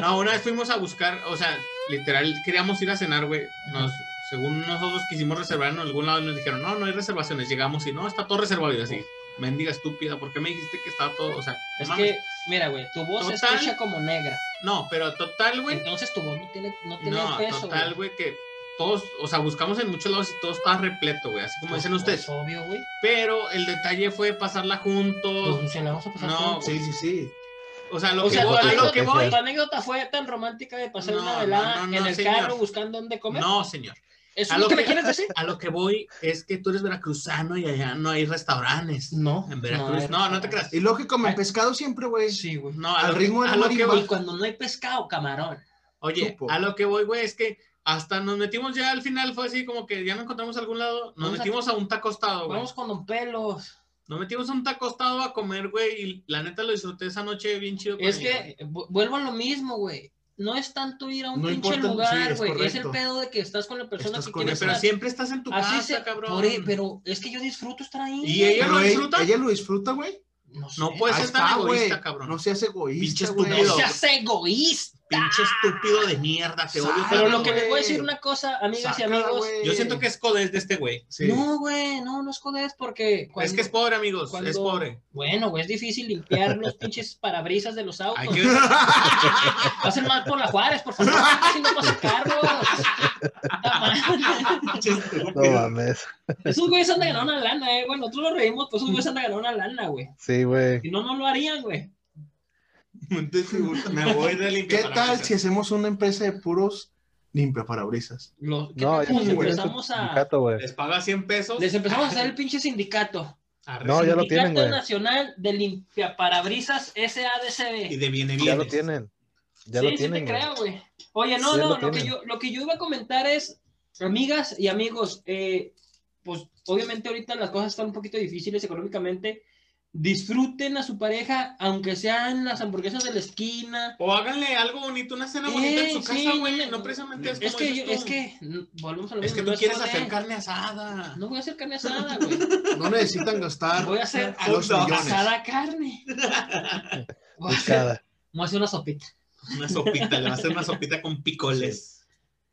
Speaker 6: No, una vez fuimos a buscar, o sea, literal, queríamos ir a cenar, güey. Nos, según nosotros quisimos reservar en algún lado, y nos dijeron, no, no hay reservaciones. Llegamos y no, está todo reservado. Y yo así, mendiga estúpida, ¿por qué me dijiste que estaba todo? O sea,
Speaker 2: Es
Speaker 6: mames.
Speaker 2: que, mira, güey, tu voz se
Speaker 6: Total.
Speaker 2: escucha como negra.
Speaker 6: No, pero total, güey.
Speaker 2: Entonces tu voz no tiene, no tiene
Speaker 6: No,
Speaker 2: peso.
Speaker 6: total, güey, que todos, o sea, buscamos en muchos lados y todo estaba repleto, güey, así como dicen
Speaker 2: Pues,
Speaker 6: ustedes.
Speaker 2: Obvio, güey.
Speaker 6: Pero el detalle fue pasarla juntos.
Speaker 2: Pues, se la vamos a pasar
Speaker 6: No,
Speaker 2: juntos.
Speaker 4: Sí, sí, sí.
Speaker 6: O sea, lo
Speaker 2: O
Speaker 6: que
Speaker 2: sea,
Speaker 6: voy,
Speaker 2: tu
Speaker 6: a lo
Speaker 2: anécdota,
Speaker 6: que voy.
Speaker 2: tu anécdota fue tan romántica de pasar
Speaker 6: No,
Speaker 2: una
Speaker 6: no,
Speaker 2: velada
Speaker 6: no, no,
Speaker 2: en el
Speaker 6: señor.
Speaker 2: carro buscando dónde comer.
Speaker 6: No, señor.
Speaker 2: ¿Eso
Speaker 6: a
Speaker 2: es lo
Speaker 6: lo
Speaker 2: que me
Speaker 6: que-
Speaker 2: quieres decir?
Speaker 6: A lo que voy es que tú eres veracruzano y allá no hay restaurantes.
Speaker 2: No.
Speaker 6: En Veracruz. No, no te creas.
Speaker 4: Y lo que comen
Speaker 6: Ay.
Speaker 4: pescado siempre, güey.
Speaker 2: Sí, güey.
Speaker 6: No, a
Speaker 4: Al
Speaker 6: lo,
Speaker 4: ritmo de
Speaker 6: a
Speaker 4: la
Speaker 6: lo que
Speaker 4: marimba.
Speaker 6: voy.
Speaker 2: Y cuando no hay pescado, camarón.
Speaker 6: Oye,
Speaker 4: Supo.
Speaker 6: a lo que voy, güey, es que hasta nos metimos ya al final, fue así como que ya no encontramos algún lado. Nos
Speaker 2: Vamos a-
Speaker 6: metimos a un tacostado, güey.
Speaker 2: Vamos con don pelos.
Speaker 6: Nos metimos a un tacostado a comer, güey, y la neta lo disfruté esa noche bien chido. con
Speaker 2: Es
Speaker 6: ella,
Speaker 2: que
Speaker 6: güey.
Speaker 2: eh, vu- vuelvo a lo mismo, güey. No es tanto ir a un
Speaker 4: No
Speaker 2: pinche
Speaker 4: importa, sí,
Speaker 2: lugar,
Speaker 4: es
Speaker 2: güey. es el
Speaker 4: correcto.
Speaker 2: pedo de que estás con la persona
Speaker 4: Estás
Speaker 2: que
Speaker 4: con-
Speaker 6: Güey,
Speaker 2: quieres.
Speaker 6: pero
Speaker 2: estar.
Speaker 6: siempre estás en tu
Speaker 2: Así
Speaker 6: casa,
Speaker 2: se-
Speaker 6: cabrón.
Speaker 2: por- pero es que yo disfruto estar ahí.
Speaker 6: Y
Speaker 2: güey.
Speaker 6: ella
Speaker 4: Pero
Speaker 6: lo
Speaker 4: él-
Speaker 6: disfruta.
Speaker 4: Ella lo disfruta, güey.
Speaker 2: No sé.
Speaker 6: No puedes
Speaker 4: Ahí
Speaker 6: ser tan
Speaker 4: está, güey.
Speaker 6: egoísta, cabrón.
Speaker 4: No seas
Speaker 6: Pinche
Speaker 4: egoísta,
Speaker 2: No
Speaker 4: güey.
Speaker 6: estúpido.
Speaker 2: seas egoísta.
Speaker 6: Pinche estúpido de mierda, te odio.
Speaker 4: Sácalo,
Speaker 2: ¡ah! Pero lo
Speaker 6: tanto,
Speaker 2: que
Speaker 6: güey.
Speaker 2: les voy a decir una cosa, amigas y
Speaker 4: Sácala,
Speaker 2: amigos.
Speaker 4: güey.
Speaker 6: Yo siento que es codés de este güey.
Speaker 4: Sí.
Speaker 2: No, güey, no, no es jodés porque.
Speaker 6: Es que es pobre, amigos.
Speaker 2: cuando-
Speaker 6: Es pobre.
Speaker 2: Bueno, güey, es difícil limpiar los pinches parabrisas de los
Speaker 6: Hay
Speaker 2: autos.
Speaker 6: que...
Speaker 2: Pasen mal por la Juárez, por favor. Si no pasan carros. Puta madre.
Speaker 3: No mames.
Speaker 2: Esos güeyes han de ganar una lana, eh, güey. Nosotros lo reímos, pues esos güeyes han de ganar una lana, güey.
Speaker 3: Sí, güey.
Speaker 2: Si no, no lo harían, güey.
Speaker 6: Me voy de limpia.
Speaker 4: ¿Qué tal si hacemos una empresa de puros limpia parabrisas.
Speaker 6: Los- ¿qué
Speaker 3: No, ya
Speaker 6: tal si
Speaker 2: Pues
Speaker 3: sí, güey,
Speaker 2: empezamos
Speaker 3: es un
Speaker 2: a-
Speaker 3: sindicato, güey.
Speaker 6: Les paga 100 pesos.
Speaker 2: Les empezamos a hacer el pinche sindicato.
Speaker 6: Arre,
Speaker 3: No, ya lo tienen,
Speaker 2: sindicato
Speaker 3: güey.
Speaker 2: Nacional de Limpiaparabrisas
Speaker 6: Y
Speaker 2: SADCB.
Speaker 6: de viene
Speaker 3: Ya lo
Speaker 6: bienes.
Speaker 3: tienen. Ya
Speaker 2: sí,
Speaker 3: lo
Speaker 2: sí te
Speaker 3: tienen, güey.
Speaker 2: creo, güey. Oye, no,
Speaker 3: Ya
Speaker 2: no,
Speaker 3: lo
Speaker 2: lo que,
Speaker 3: tienen.
Speaker 2: yo, lo que yo iba a comentar es, amigas y amigos, eh, pues obviamente ahorita las cosas están un poquito difíciles económicamente. Disfruten a su pareja, aunque sean las hamburguesas de la esquina.
Speaker 6: O háganle algo bonito, una cena bonita en
Speaker 2: Eh,
Speaker 6: su
Speaker 2: sí,
Speaker 6: casa, güey.
Speaker 2: no,
Speaker 6: No
Speaker 2: no.
Speaker 6: precisamente es como
Speaker 2: Es que, yo-
Speaker 6: dices
Speaker 2: es
Speaker 6: tú.
Speaker 2: que, mm, volvemos a lo
Speaker 6: Es
Speaker 2: mismo,
Speaker 6: que
Speaker 2: no
Speaker 6: tú quieres
Speaker 2: poder.
Speaker 6: hacer carne asada.
Speaker 2: No voy a hacer carne asada, güey.
Speaker 4: No necesitan gastar
Speaker 2: Voy a hacer
Speaker 4: Hot
Speaker 2: dos
Speaker 4: dog.
Speaker 2: asada carne. Voy a hacer,
Speaker 3: Buscada.
Speaker 2: voy a hacer una sopita.
Speaker 6: Una sopita, le va a hacer una sopita con picoles.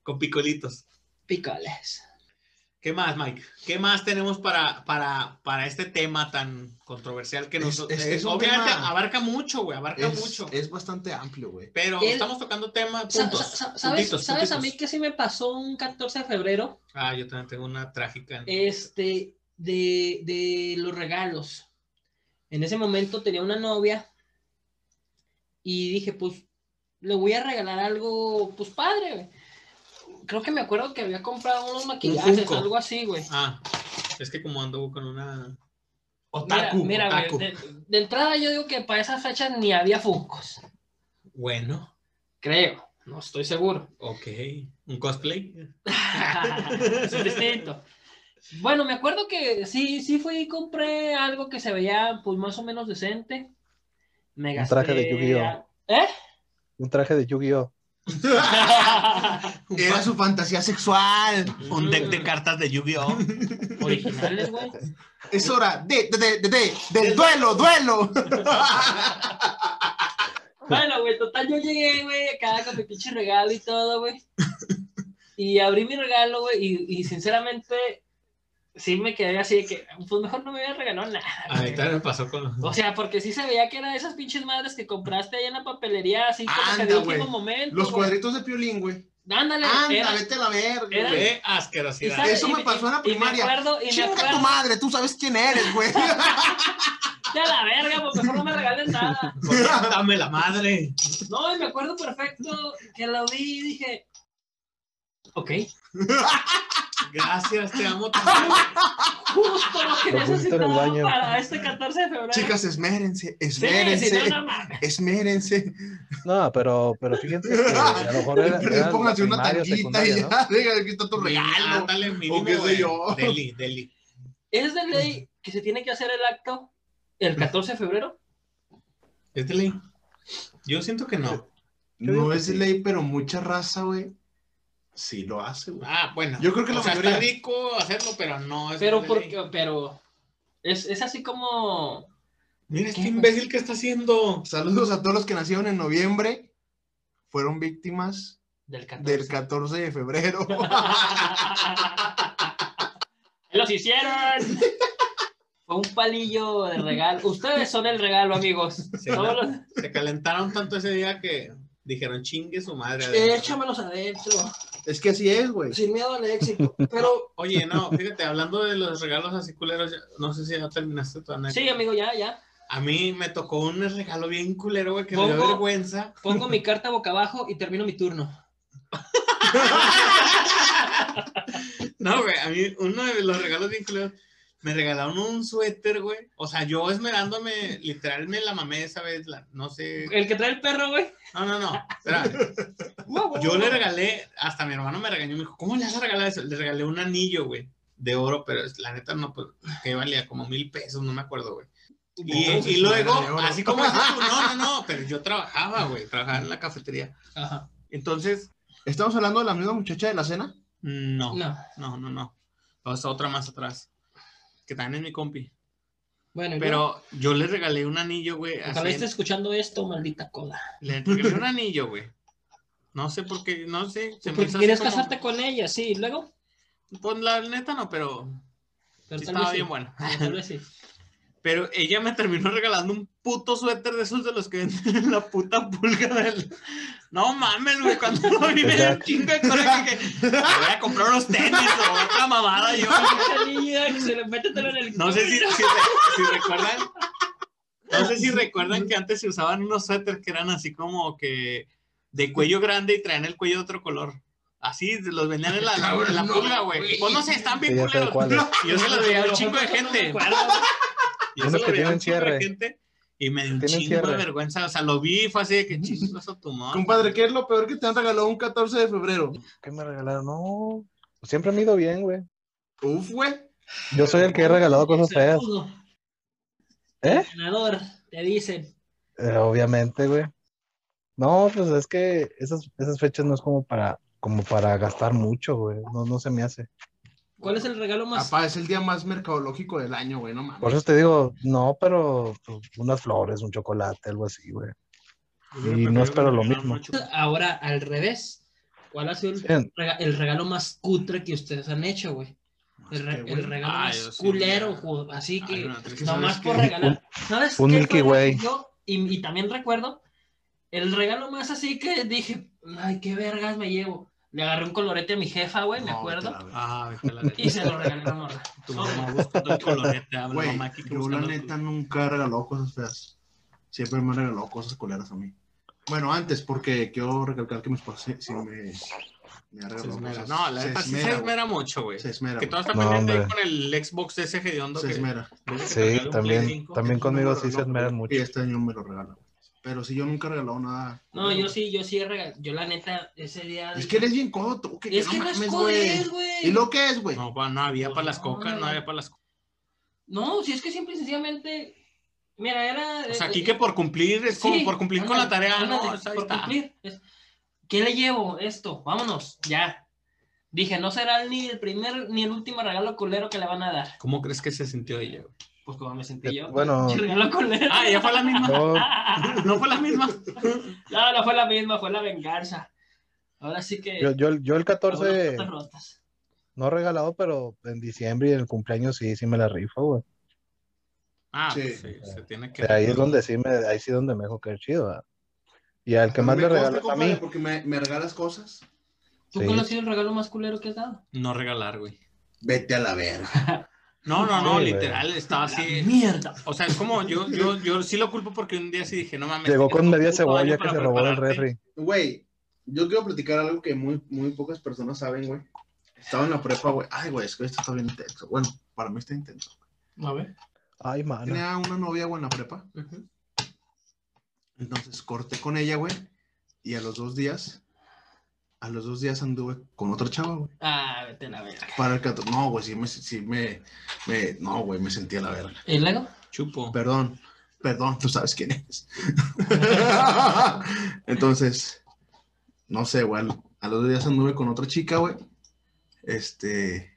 Speaker 6: Con picolitos.
Speaker 2: Picoles.
Speaker 6: ¿Qué más, Mike? ¿Qué más tenemos para, para, para este tema tan controversial que nos...
Speaker 4: Es- es-
Speaker 6: eh,
Speaker 4: es un
Speaker 6: obviamente
Speaker 4: tema-
Speaker 6: abarca mucho, güey, abarca
Speaker 4: es,
Speaker 6: mucho.
Speaker 4: es bastante amplio, güey.
Speaker 6: pero
Speaker 2: El-
Speaker 6: estamos tocando temas,
Speaker 2: Sa-
Speaker 6: puntos.
Speaker 2: sa- sa- ¿Sabes,
Speaker 6: puntitos,
Speaker 2: sabes a
Speaker 6: puntitos.
Speaker 2: mí que sí me pasó un 14 de febrero?
Speaker 6: Ah, yo también tengo una trágica. en-
Speaker 2: Este, de, de los regalos. En ese momento tenía una novia y dije, pues, le voy a regalar algo, pues, padre, güey. Creo que me acuerdo que había comprado unos maquillajes,
Speaker 6: Funko.
Speaker 2: algo así, güey.
Speaker 6: Ah, es que como ando con una...
Speaker 2: Mira,
Speaker 6: Otaku,
Speaker 2: mira, güey,
Speaker 6: otaku.
Speaker 2: de, de entrada yo digo que para esas fechas ni había Funcos,
Speaker 6: Bueno,
Speaker 2: creo, no estoy seguro.
Speaker 6: ok. ¿Un cosplay?
Speaker 2: es distinto. Bueno, me acuerdo que sí, sí fui y compré algo que se veía pues más o menos decente. Me
Speaker 3: Un
Speaker 2: gasté...
Speaker 3: traje de Yu-Gi-Oh.
Speaker 2: ¿Eh?
Speaker 3: Un traje de Yu-Gi-Oh!
Speaker 4: Era su fantasía sexual.
Speaker 6: Un deck de cartas de Yu-Gi-Oh!
Speaker 2: Originales, güey.
Speaker 4: Es hora de, de, de, de- de- del duelo, duelo.
Speaker 2: Bueno, güey, total, yo llegué, güey, acá con mi pinche regalo y todo, güey. Y abrí mi regalo, güey, y, y sinceramente, sí me quedé así de que, pues mejor no me hubiera regalado nada. güey.
Speaker 6: Ahorita me pasó con...
Speaker 2: O sea, porque sí se veía que era de esas pinches madres que compraste ahí en la papelería, así como que
Speaker 4: Anda,
Speaker 2: de
Speaker 4: güey.
Speaker 2: último momento.
Speaker 4: Los
Speaker 2: güey.
Speaker 4: cuadritos de piolín, güey.
Speaker 2: Ándale,
Speaker 4: Anda,
Speaker 2: era-
Speaker 4: vete a la verga,
Speaker 2: era-
Speaker 4: güey.
Speaker 6: ¡Qué
Speaker 2: y
Speaker 6: asquerosidad!
Speaker 2: sabes,
Speaker 4: Eso
Speaker 2: y-
Speaker 4: me pasó en la
Speaker 2: y- y me
Speaker 4: primaria.
Speaker 2: acuerdo- y me
Speaker 4: Chinga
Speaker 2: acuerdo-
Speaker 4: tu madre, tú sabes quién eres, güey.
Speaker 2: Ya la verga, pues mejor no me regalen nada.
Speaker 6: ¿Por qué? ¡Dame la madre!
Speaker 2: No, y me acuerdo perfecto que lo vi y dije, ok,
Speaker 6: Gracias, te amo. te amo.
Speaker 2: justo lo que
Speaker 3: Lo pusiste en el
Speaker 2: necesitaba
Speaker 3: baño.
Speaker 2: para este 14 de febrero.
Speaker 4: Chicas, esmérense,
Speaker 2: Sí,
Speaker 4: esmérense,
Speaker 2: sí, no, no mames.
Speaker 4: esmérense.
Speaker 3: No, pero, pero fíjense que a lo mejor era. era
Speaker 4: Pónganse una
Speaker 3: primaria o
Speaker 4: tanguita y
Speaker 3: secundaria, ¿no?
Speaker 4: ya, diga, aquí está tu regalo.
Speaker 6: Ándale, mínimo,
Speaker 4: o qué sé
Speaker 6: güey.
Speaker 4: yo.
Speaker 6: Deli, deli.
Speaker 2: Es de ley que se tiene que hacer el acto el 14 de febrero.
Speaker 6: ¿Es deli? Yo siento que no.
Speaker 4: No es ley, pero mucha raza, güey, sí lo hace, güey.
Speaker 6: Ah, bueno.
Speaker 4: Yo creo que la
Speaker 6: o sea,
Speaker 4: mayoría-
Speaker 6: está rico hacerlo, pero no es
Speaker 2: Pero
Speaker 6: deli.
Speaker 2: porque, pero es, es así como
Speaker 6: Mira este imbécil que está haciendo.
Speaker 4: Saludos a todos los que nacieron en noviembre. Fueron víctimas
Speaker 2: del 14.
Speaker 4: del 14 de febrero.
Speaker 2: ¡Los hicieron! Fue un palillo de regalo. Ustedes son el regalo, amigos.
Speaker 6: Sí,
Speaker 2: Todos los-
Speaker 6: Se calentaron tanto ese día que dijeron chingue su
Speaker 4: Eh,
Speaker 6: madre. adentro".
Speaker 2: Eh, Échamelos adentro,
Speaker 4: es que así es, güey.
Speaker 2: sin miedo al éxito. Pero
Speaker 6: Oye, no, fíjate, hablando de los regalos así culeros, ya- no sé si ya terminaste tu anécdota.
Speaker 2: sí, amigo, ya, ya.
Speaker 6: A mí me tocó un regalo bien culero, güey, que me dio
Speaker 2: Pongo-
Speaker 6: vergüenza.
Speaker 2: Pongo mi carta boca abajo y termino mi turno.
Speaker 6: No, güey, a mí uno de los regalos bien culeros, me regalaron un suéter, güey. O sea, yo esmerándome, literal me la mamé esa vez, la- no sé.
Speaker 2: El que trae el perro, güey.
Speaker 6: No, no, no. espera. Yo le regalé, hasta mi hermano me regañó, me dijo, ¿cómo le vas a regalar eso? Le regalé un anillo, güey, de oro, pero es- la neta no, pues, que valía como mil pesos, no me acuerdo, güey. Y,
Speaker 4: No,
Speaker 6: y
Speaker 4: sí,
Speaker 6: luego,
Speaker 4: vale oro.
Speaker 6: así como dices tú, no, no, no, pero yo trabajaba, güey, trabajaba en la cafetería.
Speaker 2: Ajá.
Speaker 6: Entonces,
Speaker 4: ¿Estamos hablando de la misma muchacha de la cena?
Speaker 6: no, no,
Speaker 2: No.
Speaker 6: no, no. O sea, otra más atrás, que también es mi compi.
Speaker 2: Bueno, pero.
Speaker 6: Pero yo le regalé un anillo, güey. así
Speaker 2: Ojalá
Speaker 6: en-
Speaker 2: esté escuchando esto, maldita cola.
Speaker 6: Le regalé un anillo, güey. No sé por qué, no sé. se me
Speaker 2: Porque
Speaker 6: hizo así
Speaker 2: quieres
Speaker 6: como-
Speaker 2: casarte con ella, sí, y luego.
Speaker 6: Pues la neta no, pero
Speaker 2: Pero
Speaker 6: sí
Speaker 2: tal
Speaker 6: estaba
Speaker 2: vez sí.
Speaker 6: bien bueno.
Speaker 2: Tal vez sí.
Speaker 6: Pero ella me terminó regalando un puto suéter de esos de los que venden en la puta pulga del. No mames, güey. Cuando lo vi me dio un chingo de coraje que "Me voy a comprar unos tenis o otra mamada yo.
Speaker 2: Esa niña que se le métetelo en el
Speaker 6: No sé si,
Speaker 2: culo.
Speaker 6: si re- si recuerdan. No sé si recuerdan que antes se usaban unos suéteres que eran así como que de cuello grande y traían el cuello de otro color. Así los vendían en la, en la- en la
Speaker 7: No,
Speaker 6: pulga, güey.
Speaker 7: güey.
Speaker 6: Pues no sé, están bien
Speaker 3: Sí, ya sé
Speaker 6: culeros.
Speaker 3: cuáles.
Speaker 6: Y yo se los veía a un chingo de gente. Yo se
Speaker 3: Unos
Speaker 6: los
Speaker 3: que
Speaker 6: veía a Ah,
Speaker 3: tienen
Speaker 6: un chingo de
Speaker 3: cierre.
Speaker 6: gente. Y me dio un
Speaker 3: Tienen
Speaker 6: chingo de
Speaker 3: cierre.
Speaker 6: vergüenza. O sea, lo vi, y fue así de que chingo eso tu madre.
Speaker 4: Compadre, ¿qué es lo peor que te han regalado un 14 de febrero?
Speaker 3: ¿Qué me regalaron? No. Siempre me he ido bien, güey.
Speaker 4: Uf, güey.
Speaker 3: Yo soy el que he regalado cosas feas.
Speaker 2: Segundo,
Speaker 3: ¿Eh?
Speaker 2: Ganador, te dicen.
Speaker 3: Eh, obviamente, güey. No, pues es que esas, esas fechas no es como para, como para gastar mucho, güey. No, no se me hace.
Speaker 2: ¿Cuál es el regalo más?
Speaker 4: Papá, es el día más mercadológico del año, güey, no
Speaker 3: Por
Speaker 4: mames.
Speaker 3: eso te digo, no, pero pues, unas flores, un chocolate, algo así, güey. Y no espero lo mismo.
Speaker 2: Ahora al revés. ¿Cuál ha sido el,
Speaker 3: Sí.
Speaker 2: rega- el regalo más cutre que ustedes han han hecho, güey? El, re- el regalo
Speaker 6: Ah, yo
Speaker 2: más
Speaker 6: sí,
Speaker 2: culero,
Speaker 6: ya.
Speaker 2: güey, así
Speaker 6: Ay,
Speaker 2: que
Speaker 6: no, es que
Speaker 2: nomás
Speaker 6: sabes
Speaker 2: por
Speaker 6: que-
Speaker 2: regalar. ¿Sabes
Speaker 3: un
Speaker 2: qué
Speaker 3: Milky
Speaker 2: fue lo que
Speaker 3: Way.
Speaker 2: yo- y, y también recuerdo el regalo más así que dije, ay, qué vergas me llevo. Le agarré un colorete a mi jefa, güey, me
Speaker 4: No,
Speaker 2: acuerdo.
Speaker 4: vete a la verga.
Speaker 6: Ah, vete a la verga.
Speaker 2: Y se lo regalé a la morra.
Speaker 6: Tu mamá buscando el colorete, habla
Speaker 4: Güey,
Speaker 6: mamá aquí que
Speaker 4: yo la
Speaker 6: buscando-
Speaker 4: neta nunca he regalado cosas feas. Siempre me han regalado cosas culeras a mí. Bueno, antes, porque quiero recalcar que mis papás sí, sí me, me han
Speaker 6: Se
Speaker 4: regalado
Speaker 6: esmera.
Speaker 4: cosas.
Speaker 6: No, la neta sí se
Speaker 4: güey.
Speaker 6: esmera mucho, güey.
Speaker 4: Se esmera,
Speaker 6: Que todo
Speaker 4: güey.
Speaker 6: está
Speaker 3: No,
Speaker 6: pendiente ahí
Speaker 3: hombre.
Speaker 6: con el Xbox de ese hediondo.
Speaker 4: Se
Speaker 6: que-
Speaker 4: esmera.
Speaker 3: Sí, también, también conmigo sí se esmeran
Speaker 4: Y
Speaker 3: mucho.
Speaker 4: este año me lo regalan. güey. Pero si yo nunca he regalado nada.
Speaker 2: No, yo sí, yo sí he regalado. Yo la neta, ese día.
Speaker 4: Es que eres bien codo, tú. Que
Speaker 2: Es que no es
Speaker 4: mames,
Speaker 2: codes,
Speaker 4: güey.
Speaker 2: güey.
Speaker 4: ¿Y lo que es, güey?
Speaker 6: No, pa- no había para las cocas, no había para las cocas.
Speaker 2: No, si es que simple y sencillamente. Mira, era.
Speaker 6: O sea,
Speaker 2: eh,
Speaker 6: aquí que por cumplir, es como
Speaker 2: Sí,
Speaker 6: por cumplir con
Speaker 2: ándale,
Speaker 6: la tarea, ¿no?
Speaker 2: ándale,
Speaker 6: O sea, ahí
Speaker 2: por
Speaker 6: está.
Speaker 2: cumplir. Es- ¿Qué le llevo? Esto, vámonos, ya. Dije, no será ni el primer ni el último regalo culero que le van a dar.
Speaker 6: ¿Cómo crees que se sintió ella? güey?
Speaker 2: Pues como me sentí yo.
Speaker 3: Bueno,
Speaker 2: Pinche regalo culero.
Speaker 6: Ah, ya fue la misma.
Speaker 3: yo,
Speaker 6: No fue la misma.
Speaker 2: No, no fue la misma, fue la venganza. Ahora sí que.
Speaker 3: yo, yo, yo el
Speaker 2: ahora
Speaker 3: 14
Speaker 2: patas rotas.
Speaker 3: no he regalado, pero en diciembre y en el cumpleaños sí, sí me la rifo, güey.
Speaker 6: Ah,
Speaker 4: Sí.
Speaker 6: pues sí, se tiene que.
Speaker 3: O sea, ahí es donde sí me, ahí sí donde me dejo caer chido, ¿verdad? Y al que
Speaker 4: A mí
Speaker 3: más
Speaker 4: me
Speaker 3: le
Speaker 4: consta,
Speaker 3: regalas a
Speaker 4: compadre,
Speaker 3: mí,
Speaker 4: Porque me, me regalas cosas.
Speaker 2: ¿Tú
Speaker 3: Sí.
Speaker 2: cuál ha sido el regalo más culero que has dado?
Speaker 6: No regalar, güey.
Speaker 4: Vete a la verga.
Speaker 6: No, no, no,
Speaker 3: Sí, güey.
Speaker 6: literal, estaba
Speaker 2: La
Speaker 6: así.
Speaker 2: mierda.
Speaker 6: O sea, es como yo, yo, yo sí lo culpo porque un día sí dije, no mames.
Speaker 3: llegó
Speaker 6: tienes
Speaker 3: con
Speaker 6: un
Speaker 3: media
Speaker 6: puto año
Speaker 3: cebolla que
Speaker 6: para
Speaker 3: se robó del
Speaker 6: prepararte.
Speaker 3: refri.
Speaker 4: Güey, yo quiero platicar algo que muy, muy pocas personas saben, güey. Estaba en la prepa, güey. Ay, güey, es que esto está bien intenso. Bueno, para mí está intenso.
Speaker 2: A ver.
Speaker 3: Ay, mano.
Speaker 4: Tenía una novia, güey, en la prepa.
Speaker 2: Ujú.
Speaker 4: Entonces corté con ella, güey. Y a los dos días, a los dos días anduve con otra chava, güey.
Speaker 2: Ah, vete a la verga.
Speaker 4: Para el 14. No, güey, sí me, sí me, me- no, güey, me sentí a la verga.
Speaker 2: ¿Y luego?
Speaker 6: Chupo.
Speaker 4: Perdón, perdón, tú sabes quién es. Entonces, no sé, güey, al- a los dos días anduve con otra chica, güey. Este,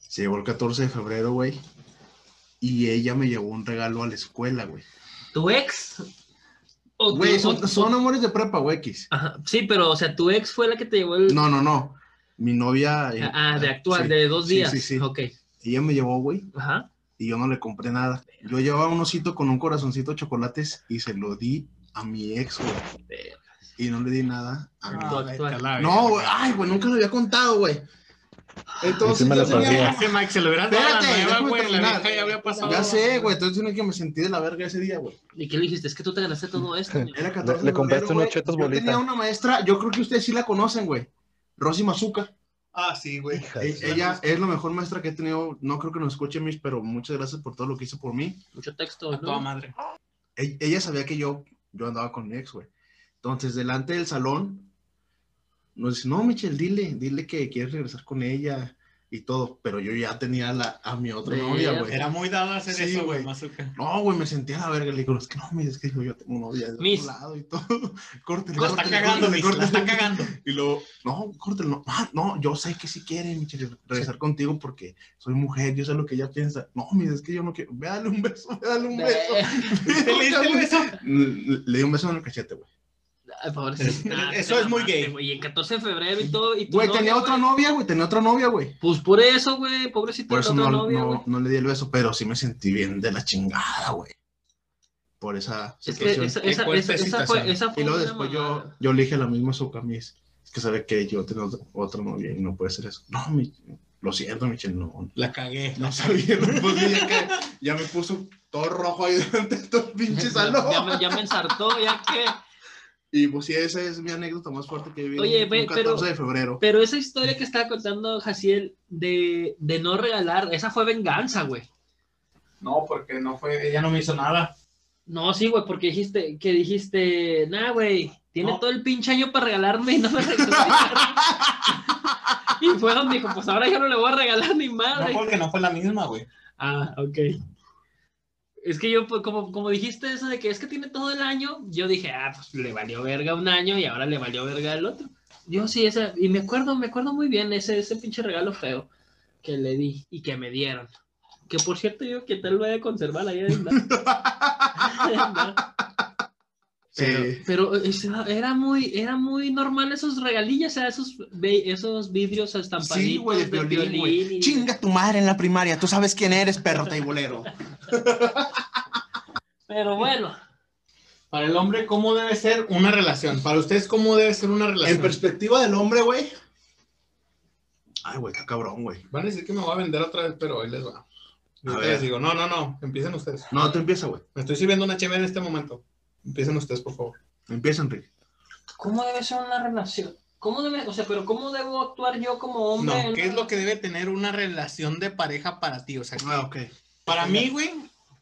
Speaker 4: se llegó el 14 de febrero, güey. Y ella me llevó un regalo a la escuela, güey.
Speaker 2: ¿Tu ex? ¿O tu-
Speaker 4: Güey,
Speaker 2: o-
Speaker 4: son, son amores de prepa, güey, X.
Speaker 2: Ajá, Sí, pero, o sea, tu ex fue la que te llevó el.
Speaker 4: No, no, no. Mi novia. eh,
Speaker 2: Ah, de actual,
Speaker 4: sí.
Speaker 2: de dos
Speaker 4: Sí,
Speaker 2: días.
Speaker 4: sí, sí.
Speaker 2: Ok.
Speaker 4: Ella me llevó, güey,
Speaker 2: Ajá.
Speaker 4: y yo no le compré nada. Yo llevaba un osito con un corazoncito de chocolates y se lo di a mi ex, güey.
Speaker 2: Eh,
Speaker 4: Y no le di nada a mi
Speaker 6: Ah, vete a la
Speaker 4: No, güey.
Speaker 6: verga.
Speaker 4: Ay, güey, nunca lo había contado, güey. Entonces,
Speaker 3: Y Pues sí me
Speaker 4: yo
Speaker 3: la
Speaker 4: tenía-
Speaker 3: sabía.
Speaker 6: Ese Mike se lo hubiera dado a la
Speaker 4: Espérate,
Speaker 6: nueva,
Speaker 4: déjame
Speaker 6: güey. La
Speaker 4: terminar.
Speaker 6: vieja ya había pasado.
Speaker 4: Ya sé, güey. Entonces, yo no que me sentí de la verga ese día, güey.
Speaker 2: ¿Y qué le dijiste? Es que tú te ganaste todo esto. mi amor.
Speaker 4: Era 14 de
Speaker 3: le compraste
Speaker 4: febrero,
Speaker 3: unos
Speaker 4: güey.
Speaker 3: chetos
Speaker 4: Yo
Speaker 3: bolita.
Speaker 4: tenía una maestra, yo creo que ustedes sí la conocen, güey. Rosy Mazuca.
Speaker 6: Ah, sí, güey.
Speaker 3: Hija
Speaker 4: E- Ella es la mejor maestra que he tenido. No creo que nos escuche, mis, pero muchas gracias por todo lo que hizo por mí.
Speaker 2: Mucho texto.
Speaker 6: A toda
Speaker 2: ¿no?
Speaker 6: madre.
Speaker 4: e- ella sabía que yo, yo andaba con mi ex, güey. Entonces, delante del salón, nos dice, no, Michelle, dile, dile que quieres regresar con ella y todo. Pero yo ya tenía la, a mi otra
Speaker 2: Sí,
Speaker 4: novia, güey.
Speaker 6: Era muy dado a hacer
Speaker 4: Sí,
Speaker 6: eso, güey.
Speaker 4: güey.
Speaker 6: Mazuca.
Speaker 4: No, güey, me sentía a la verga. Le digo, es que no, mira, es que yo, yo tengo novia de
Speaker 2: Miss.
Speaker 4: otro lado y todo. Córtele,
Speaker 6: La está
Speaker 4: córtele,
Speaker 6: cagando,
Speaker 4: córtele,
Speaker 6: Miss, la está
Speaker 4: córtele.
Speaker 6: cagando.
Speaker 4: Y luego, no, córtelo, no, Ah, no, yo sé que sí quiere, Michelle, regresar contigo porque soy mujer, yo sé lo que ella piensa. No, mira, es que yo no quiero, ve dale un beso, ve
Speaker 2: Eh,
Speaker 4: dale un beso.
Speaker 6: ¿Te le diste el beso?
Speaker 4: Le, le di un beso en el cachete, güey.
Speaker 2: Ay, por favor, sí. Ah,
Speaker 6: Eso
Speaker 2: te
Speaker 6: es muy
Speaker 2: mamaste,
Speaker 6: gay.
Speaker 2: güey. Y en 14 de febrero y todo. Y tu
Speaker 4: Güey,
Speaker 2: novia,
Speaker 4: tenía otra
Speaker 2: güey.
Speaker 4: novia, güey, tenía otra novia, güey.
Speaker 2: Pues por eso, güey. Pobrecito.
Speaker 4: Por eso
Speaker 2: tu
Speaker 4: no,
Speaker 2: novia,
Speaker 4: no-
Speaker 2: güey.
Speaker 4: no le di el beso, pero sí me sentí bien de la chingada, güey. Por esa
Speaker 2: Es que
Speaker 4: situación.
Speaker 2: esa,
Speaker 6: Qué
Speaker 2: esa,
Speaker 6: fuerte
Speaker 2: esa, esa fue,
Speaker 6: situación.
Speaker 2: esa fue
Speaker 4: Y luego
Speaker 2: una
Speaker 4: después yo,
Speaker 2: mamada.
Speaker 4: yo le dije a la misma Socamis, es que sabe que yo tengo ot- otra novia y no puede ser eso. No, mi- lo siento, Michelle, no.
Speaker 6: La cagué.
Speaker 4: No sabía, no podía que ya me puso todo rojo ahí durante todo el pinche
Speaker 2: Ya,
Speaker 4: salón.
Speaker 2: me, ya me ensartó, ya que.
Speaker 4: Y pues sí, esa es mi anécdota más fuerte que viví
Speaker 2: Oye,
Speaker 4: un
Speaker 2: ve,
Speaker 4: 14
Speaker 2: pero-
Speaker 4: de febrero.
Speaker 2: Pero esa historia que estaba contando Jaciel de, de no regalar, esa fue venganza, güey.
Speaker 6: No, porque no fue, ella no me hizo nada.
Speaker 2: No, sí, güey, porque dijiste, que dijiste, nah, güey, tiene
Speaker 6: No.
Speaker 2: todo el pinche año para regalarme y no me regalaron. y fue donde dijo, pues ahora yo no le voy a regalar ni
Speaker 6: No,
Speaker 2: madre.
Speaker 6: porque no fue la misma, güey.
Speaker 2: Ah, ok. Es que yo, pues, como, como dijiste eso de que es que tiene todo el año, yo dije, ah, pues le valió verga un año y ahora le valió verga el otro. Yo sí, esa, y me acuerdo, me acuerdo muy bien ese, ese pinche regalo feo que le di y que me dieron. Que por cierto, yo que tal lo voy a conservar ahí. en la- Pero,
Speaker 4: Sí.
Speaker 2: pero es- era muy, era muy normal esos regalillas, o sea, esos, ve- esos vidrios estampaditos
Speaker 4: Sí, güey, de violín,
Speaker 2: violín
Speaker 4: güey.
Speaker 2: y-
Speaker 4: Chinga tu madre en la primaria, tú sabes quién eres, perro taibolero.
Speaker 2: Pero bueno,
Speaker 6: Para el hombre, ¿cómo debe ser una relación? Para ustedes, ¿cómo debe ser una
Speaker 4: En
Speaker 6: relación?
Speaker 4: perspectiva del hombre, güey. Ay, güey, está cabrón, güey.
Speaker 6: Van a decir que me voy a vender otra vez, pero ahí les va. Yo
Speaker 4: A
Speaker 6: te
Speaker 4: ver.
Speaker 6: les digo, no, no, no, empiecen ustedes.
Speaker 4: No, tú empieza, güey.
Speaker 6: Me estoy sirviendo una chévere en este momento. Empiecen ustedes, por favor.
Speaker 4: Empieza, Enrique.
Speaker 2: ¿Cómo debe ser una relación? ¿Cómo debe, o sea, pero cómo debo actuar yo como hombre? en
Speaker 6: No,
Speaker 2: una
Speaker 6: ¿qué es lo que debe tener una relación de pareja para ti? O sea,
Speaker 4: Ah, ok.
Speaker 6: para mí, güey,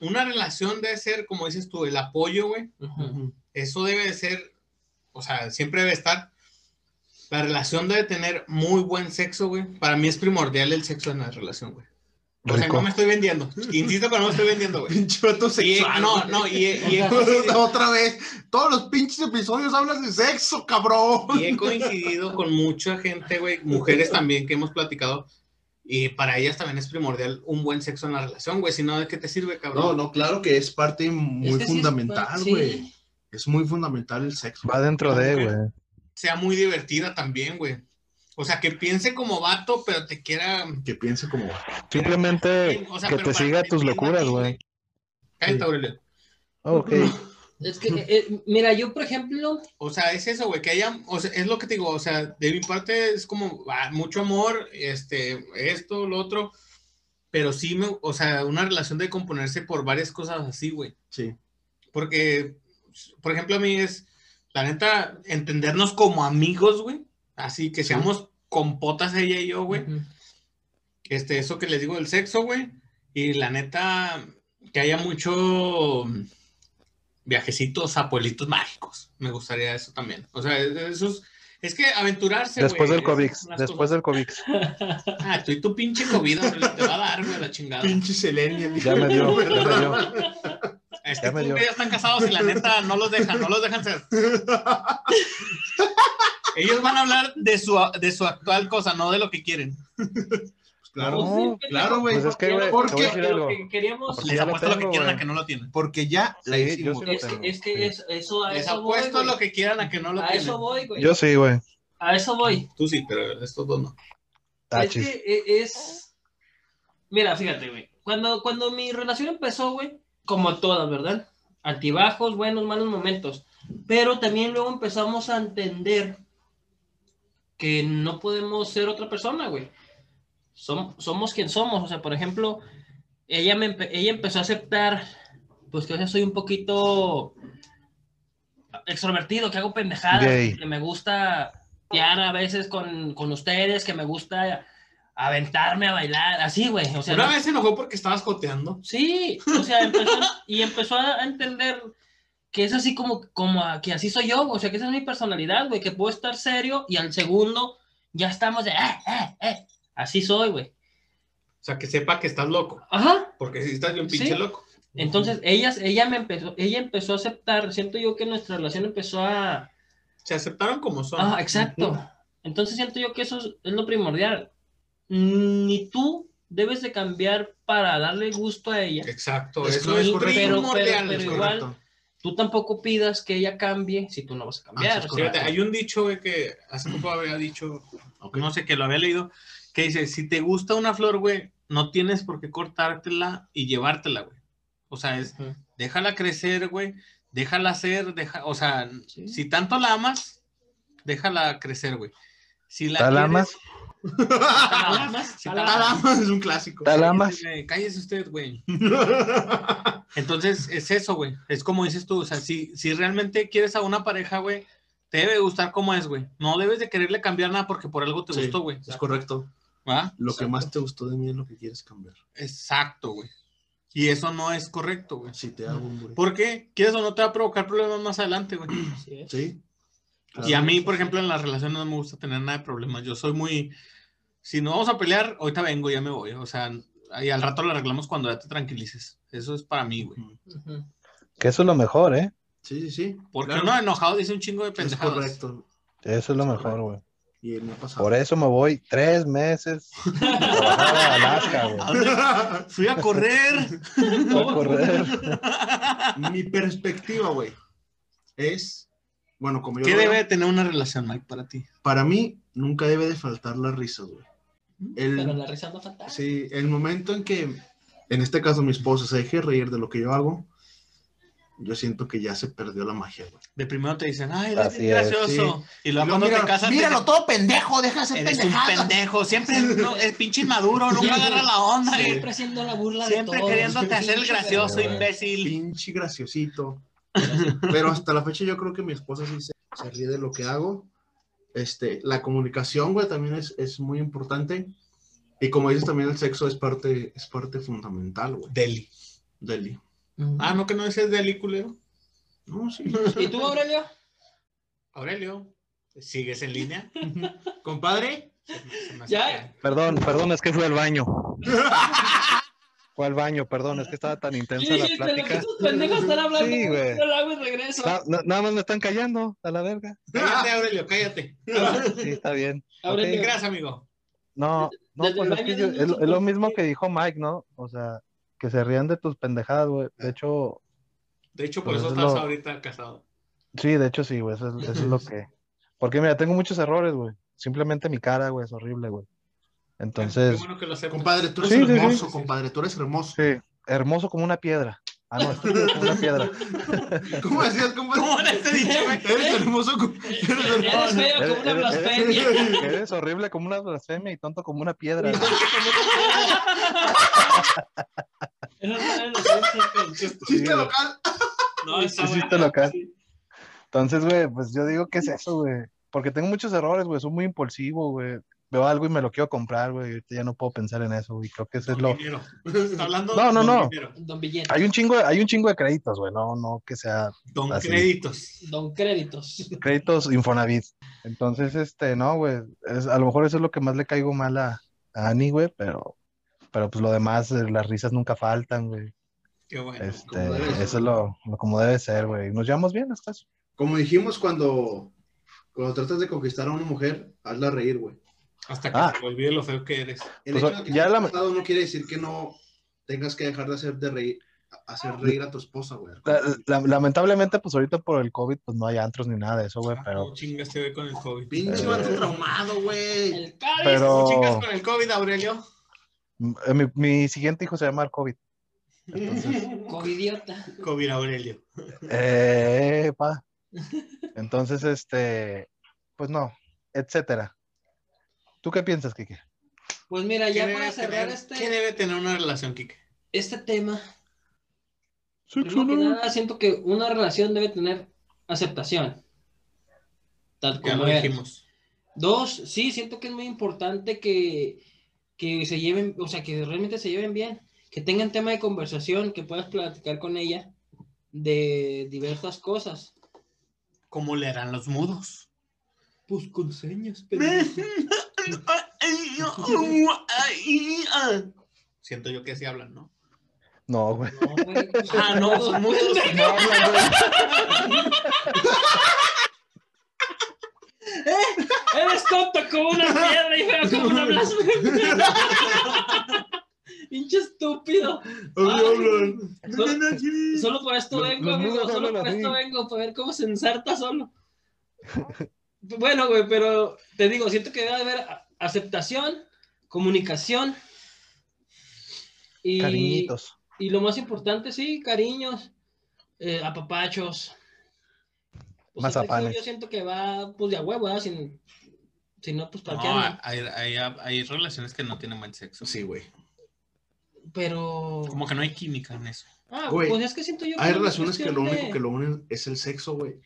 Speaker 6: una relación debe ser, como dices tú, el apoyo, güey.
Speaker 2: Ujú.
Speaker 6: Eso debe de ser, o sea, siempre debe estar. La relación debe tener muy buen sexo, güey. Para mí es primordial el sexo en la relación, güey. O sea,
Speaker 3: Rico.
Speaker 6: no me estoy vendiendo. Insisto, pero no me estoy vendiendo, güey.
Speaker 4: Pinche vato
Speaker 6: Y,
Speaker 4: sexual.
Speaker 6: no,
Speaker 4: güey.
Speaker 6: no, y, y he coincidido-
Speaker 4: Otra vez, todos los pinches episodios hablas de sexo, cabrón.
Speaker 6: y he coincidido con mucha gente, güey, mujeres también que hemos platicado. Y para ellas también es primordial un buen sexo en la relación, güey. Si no, ¿de qué te sirve, cabrón?
Speaker 4: No, no, claro que es parte muy
Speaker 2: Es que sí es
Speaker 4: fundamental,
Speaker 2: pa- sí.
Speaker 4: güey. Es muy fundamental el sexo.
Speaker 3: Va dentro de,
Speaker 6: Ok.
Speaker 3: güey.
Speaker 6: Sea muy divertida también, güey. O sea, que piense como vato, pero te quiera.
Speaker 4: Que piense como
Speaker 3: Simplemente
Speaker 6: O sea,
Speaker 3: que
Speaker 6: pero
Speaker 3: te
Speaker 6: para
Speaker 3: siga
Speaker 6: te
Speaker 3: tus
Speaker 6: entienda a
Speaker 3: locuras,
Speaker 6: ti,
Speaker 3: güey.
Speaker 6: Cállate,
Speaker 4: Sí.
Speaker 6: Aurelio.
Speaker 3: Ah, Ok.
Speaker 2: Es que, eh, eh, mira, yo, por ejemplo,
Speaker 6: O sea, es eso, güey, que haya. O sea, es lo que te digo. O sea, de mi parte es como ah, mucho amor, este, esto, lo otro. Pero sí, me, o sea, una relación de componerse por varias cosas así, güey.
Speaker 4: Sí.
Speaker 6: Porque, por ejemplo, a mí es, la neta, entendernos como amigos, güey. Así que seamos compotas ella y yo, güey.
Speaker 2: ujú,
Speaker 6: Este, eso que les digo del sexo, güey. Y la neta, que haya mucho mm, viajecitos a pueblitos mágicos. Me gustaría eso también. O sea, es- eso es, es que aventurarse,
Speaker 3: Después del
Speaker 6: güey, es
Speaker 3: COVID.
Speaker 6: unas
Speaker 3: Después del COVID.
Speaker 6: cosas- Ah, tú y tu pinche COVID, Aurelio, te va a dar, güey, la chingada.
Speaker 4: pinche Selenia.
Speaker 3: Ya me dio, ya me dio.
Speaker 6: A este
Speaker 3: ya me
Speaker 6: punto
Speaker 3: dio.
Speaker 6: ya están casados y la neta no los dejan, no los dejan ser. Ellos van a hablar de su, de su actual cosa, no de lo que quieren.
Speaker 4: Claro,
Speaker 2: Pues sí, pero-
Speaker 4: claro, güey.
Speaker 3: Pues es que,
Speaker 2: ya
Speaker 3: güey,
Speaker 2: lo-
Speaker 3: te voy
Speaker 4: ¿por
Speaker 3: a
Speaker 4: qué?
Speaker 3: decir
Speaker 2: lo
Speaker 3: algo.
Speaker 2: que queríamos
Speaker 3: Por si Pues
Speaker 6: Les
Speaker 3: ya lo
Speaker 6: apuesto lo que
Speaker 3: tengo,
Speaker 6: quieran
Speaker 3: güey.
Speaker 6: a que no lo tienen.
Speaker 4: Porque ya la
Speaker 3: Sí,
Speaker 4: hicimos.
Speaker 3: yo sí
Speaker 2: es que, es que es- eso, a
Speaker 6: Les
Speaker 2: eso voy,
Speaker 6: apuesto
Speaker 2: güey.
Speaker 6: lo que quieran a que no lo
Speaker 2: a eso
Speaker 6: tienen.
Speaker 2: voy, güey.
Speaker 3: Yo sí, güey.
Speaker 2: A eso voy.
Speaker 6: Tú sí, pero estos dos no.
Speaker 2: es que
Speaker 3: Tachis.
Speaker 2: eh, es... Mira, fíjate, güey. Cuando, cuando mi relación empezó, güey, como todas, ¿verdad? Altibajos, buenos, malos momentos. Pero también luego empezamos a entender que no podemos ser otra persona, güey. Som- somos quien somos. O sea, por ejemplo, ella, me empe- ella empezó a aceptar, pues que a veces soy un poquito extrovertido, que hago pendejadas,
Speaker 3: Gay.
Speaker 2: que me gusta piar a veces con, con ustedes, que me gusta aventarme a bailar, así, güey. O sea,
Speaker 6: Una
Speaker 2: no-
Speaker 6: vez se enojó porque estabas joteando.
Speaker 2: Sí, o sea, empezó, y empezó a entender que es así como, como a- que así soy yo, o sea, que esa es mi personalidad, güey, que puedo estar serio y al segundo ya estamos de, "Ah, ah, ah". así soy, güey.
Speaker 6: O sea, que sepa que estás loco.
Speaker 2: Ajá.
Speaker 6: Porque si estás bien pinche
Speaker 2: Sí.
Speaker 6: loco.
Speaker 2: Entonces, ella, ella me empezó, ella empezó a aceptar, siento yo que nuestra relación empezó a...
Speaker 6: Se aceptaron como son.
Speaker 2: Ah, exacto. Entonces siento yo que eso es, es lo primordial. Ni tú debes de cambiar para darle gusto a ella.
Speaker 6: Exacto.
Speaker 4: Es
Speaker 6: Eso es
Speaker 4: correcto.
Speaker 2: Pero-
Speaker 6: primordial.
Speaker 2: pero-
Speaker 6: es
Speaker 2: pero
Speaker 6: correcto.
Speaker 2: igual- Tú tampoco pidas que ella cambie si tú no vas a cambiar.
Speaker 4: Ah, sí,
Speaker 2: o sea,
Speaker 6: Fíjate, hay un dicho güey, que hace poco había dicho, no sé que lo había leído, que dice, si te gusta una flor, güey, no tienes por qué cortártela y llevártela, güey. O sea, es,
Speaker 2: Ujú.
Speaker 6: déjala crecer, güey, déjala ser, deja, o sea,
Speaker 2: Sí.
Speaker 6: si tanto la amas, déjala crecer, güey. Si la
Speaker 3: ¿La
Speaker 6: quieres-
Speaker 3: amas?
Speaker 2: Ah,
Speaker 6: ¿La amas? Si
Speaker 2: ¿La
Speaker 6: la
Speaker 2: amas?
Speaker 6: amas.
Speaker 4: es un clásico.
Speaker 3: ¿La amas?
Speaker 6: Cállese, güey, Cállese usted, güey. Entonces, es eso, güey. Es como dices tú, o sea, si, si realmente quieres a una pareja, güey, Te debe gustar cómo es, güey. No debes de quererle cambiar nada porque por algo te
Speaker 4: Sí.
Speaker 6: gustó, güey.
Speaker 4: Es correcto.
Speaker 6: ¿Va?
Speaker 4: Lo que más te gustó de mí es lo que quieres cambiar.
Speaker 6: Exacto, güey. Y eso no es correcto, güey.
Speaker 4: Si te hago un
Speaker 6: ¿Por qué? ¿Quieres o no te va a provocar problemas más adelante, güey?
Speaker 2: Así es.
Speaker 4: Sí.
Speaker 6: Y a mí, por ejemplo, en las relaciones no me gusta tener nada de problemas. Yo soy muy. Si no vamos a pelear, ahorita vengo, ya me voy. O sea, y al rato lo arreglamos cuando ya te tranquilices. Eso es para mí, güey.
Speaker 2: Ujú.
Speaker 3: Que eso es lo mejor, ¿eh?
Speaker 4: Sí, sí, sí.
Speaker 6: Porque
Speaker 4: Claro,
Speaker 6: uno enojado dice un chingo de
Speaker 4: Es
Speaker 6: pendejadas.
Speaker 4: correcto.
Speaker 3: Eso es lo
Speaker 4: Sí,
Speaker 3: mejor, güey.
Speaker 4: Y él me ha pasado.
Speaker 3: Por eso me voy tres meses trabajando a Alaska, güey.
Speaker 4: Ah,
Speaker 6: ¿A dónde Fui a correr.
Speaker 3: A correr.
Speaker 4: Mi perspectiva, güey, es. Bueno, como yo.
Speaker 6: ¿Qué
Speaker 4: lo veo,
Speaker 6: debe de tener una relación, Mike, para ti?
Speaker 4: Para mí, nunca debe de faltar la risa, güey. El-
Speaker 2: Pero la risa no fatal.
Speaker 4: Sí, el momento en que, en este caso, mi esposa se deje reír de lo que yo hago, yo siento que ya se perdió la magia, güey.
Speaker 6: De primero te dicen, ay,
Speaker 3: Así
Speaker 6: eres
Speaker 3: es,
Speaker 6: gracioso. Y
Speaker 4: Y
Speaker 6: luego
Speaker 4: luego,
Speaker 6: cuando
Speaker 4: mira,
Speaker 6: te casas, te
Speaker 4: míralo
Speaker 6: dicen,
Speaker 4: todo pendejo, déjase
Speaker 6: eres un pendejo. Siempre no, es pinche inmaduro, nunca agarra la onda. güey.
Speaker 2: Siempre haciendo la burla de todo.
Speaker 6: Siempre queriéndote hacer el gracioso,
Speaker 3: Sí, güey.
Speaker 6: imbécil.
Speaker 4: pinche graciosito. Pero hasta la fecha yo creo que mi esposa sí se, se ríe de lo que hago. Este, la comunicación, güey, también es, es muy importante. Y como dices, también el sexo es parte, es parte fundamental, güey.
Speaker 6: Deli.
Speaker 4: Deli.
Speaker 6: Ah, no, que no decías Deli, culero.
Speaker 4: No, sí.
Speaker 2: ¿Y tú, Aurelio?
Speaker 6: Aurelio, ¿sigues en línea? Compadre.
Speaker 2: Ya.
Speaker 3: Perdón, perdón, es que fui al baño. Fue al baño, perdón, es que estaba tan intensa la
Speaker 2: Dijiste, lo que
Speaker 3: plática.
Speaker 2: estos pendejos están hablando.
Speaker 3: Sí, güey.
Speaker 2: Yo lo hago y regreso.
Speaker 3: Na- na- nada más me están callando, a la verga.
Speaker 6: Cállate, Aurelio, cállate.
Speaker 3: Sí, está bien.
Speaker 2: Aurelio,
Speaker 3: Ok.
Speaker 6: Gracias, amigo.
Speaker 3: No, no,
Speaker 2: Desde
Speaker 3: pues
Speaker 2: el
Speaker 3: es que
Speaker 2: baño
Speaker 3: yo-
Speaker 2: dices
Speaker 3: es, lo-
Speaker 2: tú,
Speaker 3: es lo
Speaker 2: ¿por
Speaker 3: mismo
Speaker 2: qué?
Speaker 3: que dijo Mike, ¿no? O sea, que se rían de tus pendejadas, güey. De hecho,
Speaker 6: De hecho, por
Speaker 3: Pues
Speaker 6: eso
Speaker 3: es
Speaker 6: estás
Speaker 3: lo-
Speaker 6: ahorita casado.
Speaker 3: sí, de hecho sí, güey. Eso, es, eso es lo que. Porque mira, tengo muchos errores, güey. Simplemente mi cara, güey, es horrible, güey. Entonces,
Speaker 6: Qué bueno que lo sepas.
Speaker 4: Compadre, tú eres
Speaker 3: Sí, sí, sí.
Speaker 4: hermoso, compadre, tú eres hermoso.
Speaker 3: sí, hermoso como una piedra. Ah, no, es como una piedra.
Speaker 4: ¿Cómo decías, compadre?
Speaker 6: ¿Cómo le he dicho, güey?
Speaker 4: Eres hermoso, com-
Speaker 2: Eres
Speaker 4: eres hermoso.
Speaker 2: feo como una
Speaker 3: Eres- eres-
Speaker 2: blasfemia.
Speaker 3: Eres horrible como una blasfemia y tonto como una piedra. güey.
Speaker 2: Eres una blasfemia.
Speaker 4: Chiste
Speaker 3: Sí, güey.
Speaker 4: local.
Speaker 6: No, está
Speaker 3: Sí, sí,
Speaker 6: bueno.
Speaker 3: te lo ca- Entonces, güey, pues yo digo, ¿qué es eso, güey? Porque tengo muchos errores, güey, soy muy impulsivo, güey. Veo algo y me lo quiero comprar, güey. Ahorita ya no puedo pensar en eso, güey. Creo que eso es
Speaker 6: Con
Speaker 3: lo.
Speaker 6: dinero. Está hablando
Speaker 3: No, no,
Speaker 6: con
Speaker 3: no.
Speaker 6: dinero.
Speaker 2: Don Billete.
Speaker 3: Hay un chingo, hay un chingo de créditos, güey. No, no que sea
Speaker 6: Don
Speaker 3: Así.
Speaker 6: créditos.
Speaker 2: Don Créditos.
Speaker 3: créditos Infonavit. Entonces, este, no, güey. es- a lo mejor eso es lo que más le caigo mal a, a Ani, güey, pero, pero pues lo demás, eh, las risas nunca faltan, güey.
Speaker 6: Qué bueno.
Speaker 3: Este,
Speaker 4: como debe ser.
Speaker 3: eso es lo, lo como debe ser, güey. Nos llevamos bien hasta eso.
Speaker 4: Como dijimos cuando, cuando tratas de conquistar a una mujer, hazla reír, güey.
Speaker 6: Hasta que
Speaker 3: Ah.
Speaker 6: se te olvide lo feo que eres.
Speaker 4: El
Speaker 3: Pues,
Speaker 4: hecho de que
Speaker 3: ya
Speaker 4: ya
Speaker 3: la-
Speaker 4: no quiere decir que no tengas que dejar de hacer de reír, hacer reír a tu esposa, güey.
Speaker 3: La- la- lamentablemente, pues ahorita por el COVID, pues no hay antros ni nada de eso, güey,
Speaker 6: Ah,
Speaker 3: pero
Speaker 6: ¿Cómo chingas te ve con el COVID?
Speaker 4: Pinche
Speaker 3: Eh.
Speaker 4: vato traumado, güey.
Speaker 2: El Cádiz.
Speaker 3: Pero-
Speaker 6: ¿Cómo chingas con el COVID, Aurelio?
Speaker 3: mm, eh, mi, mi siguiente hijo se llama el COVID. Entonces,
Speaker 2: Covidiota.
Speaker 6: COVID, Aurelio.
Speaker 3: eh, pa. Entonces, este, pues no, etcétera. ¿Tú qué piensas, Kike?
Speaker 2: Pues mira,
Speaker 6: ¿Quién
Speaker 2: ya
Speaker 6: debe
Speaker 2: para cerrar
Speaker 6: tener- ¿Quién
Speaker 2: este,
Speaker 6: debe tener una relación, Kike?
Speaker 2: este tema, primero que nada, siento que una relación debe tener aceptación. Tal
Speaker 6: Ya
Speaker 2: como
Speaker 6: lo
Speaker 2: es.
Speaker 6: dijimos.
Speaker 2: Dos, sí, siento que es muy importante que, que se lleven, o sea, que realmente se lleven bien, que tengan tema de conversación, que puedas platicar con ella de diversas cosas.
Speaker 6: ¿Cómo le harán los mudos?
Speaker 2: Pues con señas,
Speaker 6: Siento yo que así hablan, ¿no?
Speaker 3: No, güey.
Speaker 2: No, güey, pues,
Speaker 6: Ah, no, son mudos.
Speaker 3: No hablan, güey.
Speaker 2: Eres tonto como una piedra y feo como una blasfemia. Pinche estúpido. Solo por esto
Speaker 3: Los-
Speaker 2: vengo,
Speaker 3: los
Speaker 2: amigo.
Speaker 3: mudos
Speaker 2: Solo
Speaker 3: hablan
Speaker 2: por esto
Speaker 3: así.
Speaker 2: vengo, para ver cómo se ensarta solo. Bueno, güey, pero te digo, siento que debe haber a- aceptación, comunicación y,
Speaker 3: Cariñitos.
Speaker 2: y lo más importante, sí, cariños, eh, apapachos. O sea, el sexo
Speaker 3: Mazapanes.
Speaker 2: Yo siento que va, pues, de a huevo, ¿verdad? Sin- Si no, pues, ¿para qué
Speaker 6: No,
Speaker 2: andan?
Speaker 6: hay, hay- hay relaciones que no tienen buen sexo.
Speaker 4: Sí, güey.
Speaker 2: Pero...
Speaker 6: Como que no hay química en eso.
Speaker 2: Ah,
Speaker 4: Güey,
Speaker 2: pues es que siento yo...
Speaker 4: Hay
Speaker 2: es
Speaker 4: relaciones que lo
Speaker 2: cuestión
Speaker 4: único que
Speaker 2: de-
Speaker 4: lo unen es el sexo, güey.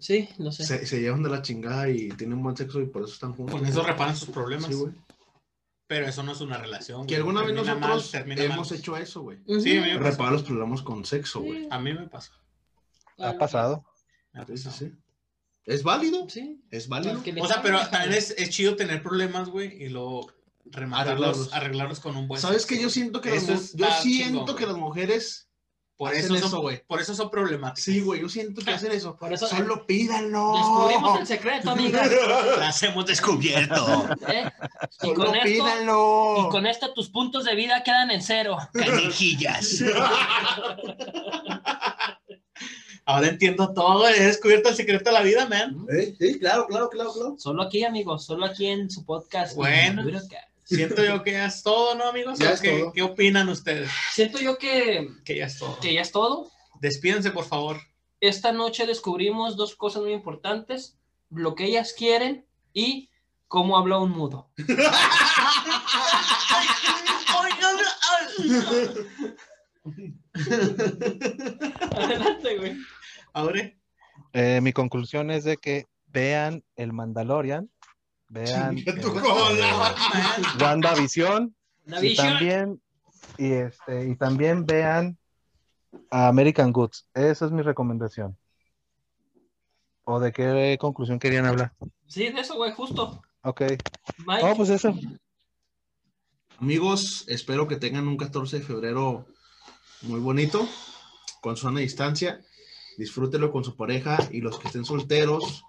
Speaker 2: Sí, no sé.
Speaker 4: Se, se llevan de la chingada y tienen buen sexo y por eso están juntos.
Speaker 6: Con Pues eso reparan sus problemas.
Speaker 4: Sí, güey.
Speaker 6: Pero eso no es una relación.
Speaker 4: Que
Speaker 6: güey.
Speaker 4: alguna vez
Speaker 6: Termina mal,
Speaker 4: nosotros
Speaker 6: termina mal.
Speaker 4: hemos hecho eso, güey.
Speaker 6: Sí, a mí me pasó.
Speaker 4: Reparar los problemas con sexo, güey. Ah,
Speaker 6: A mí me pasó.
Speaker 2: Ah,
Speaker 3: Ha pasado.
Speaker 6: me ha
Speaker 4: Sí, sí,
Speaker 6: pasado.
Speaker 4: sí. ¿Es válido?
Speaker 2: Sí.
Speaker 4: ¿Es válido?
Speaker 2: Que le
Speaker 6: O sea, pero
Speaker 2: cambia.
Speaker 6: también es, es chido tener problemas, güey, y luego rematarlos,
Speaker 4: Arreglarlos.
Speaker 6: arreglarlos con un buen.
Speaker 4: ¿Sabes
Speaker 6: sexo,
Speaker 4: que yo
Speaker 6: güey.
Speaker 4: siento que las
Speaker 6: Eso
Speaker 4: mu-
Speaker 6: está
Speaker 4: yo siento
Speaker 6: chingón,
Speaker 4: que
Speaker 6: güey.
Speaker 4: las mujeres
Speaker 6: por
Speaker 4: hacen
Speaker 6: eso,
Speaker 4: eso,
Speaker 6: son,
Speaker 4: güey.
Speaker 6: por eso son problemáticas.
Speaker 4: sí, güey, yo siento que hacen eso.
Speaker 2: Por eso
Speaker 4: Solo pídanlo.
Speaker 2: descubrimos el secreto, amigas.
Speaker 6: Las hemos descubierto.
Speaker 2: ¿eh? Y
Speaker 4: Solo
Speaker 2: con esto,
Speaker 4: pídanlo.
Speaker 2: y con esto tus puntos de vida quedan en cero.
Speaker 6: Canijillas. Ahora entiendo todo. He descubierto el secreto de la vida, man.
Speaker 4: Eh, Sí, claro, claro, claro, claro.
Speaker 2: Solo aquí, amigos, solo aquí en su podcast.
Speaker 6: Bueno.
Speaker 2: Madurocast.
Speaker 6: Siento yo que ya es todo, ¿no, amigos?
Speaker 4: Ya es
Speaker 6: ¿Qué,
Speaker 4: todo.
Speaker 6: qué opinan ustedes?
Speaker 2: Siento yo que,
Speaker 6: Que ya es todo.
Speaker 2: que ya es todo.
Speaker 6: Despídense, por favor.
Speaker 2: Esta noche descubrimos dos cosas muy importantes, lo que ellas quieren y cómo habla un mudo. Adelante, güey.
Speaker 6: Ahora,
Speaker 3: Eh, mi conclusión es de que vean el Mandalorian, vean
Speaker 4: Chinga tu
Speaker 3: este,
Speaker 4: cola.
Speaker 3: WandaVision y
Speaker 2: Navision.
Speaker 3: también y este y también vean a American Goods. Esa es mi recomendación. ¿O de qué conclusión querían hablar?
Speaker 2: Sí, de eso, güey, justo.
Speaker 3: Ok.
Speaker 2: Mike,
Speaker 3: No, pues eso.
Speaker 4: Amigos, espero que tengan un 14 de febrero muy bonito, con sana distancia. Disfrútenlo con su pareja y los que estén solteros,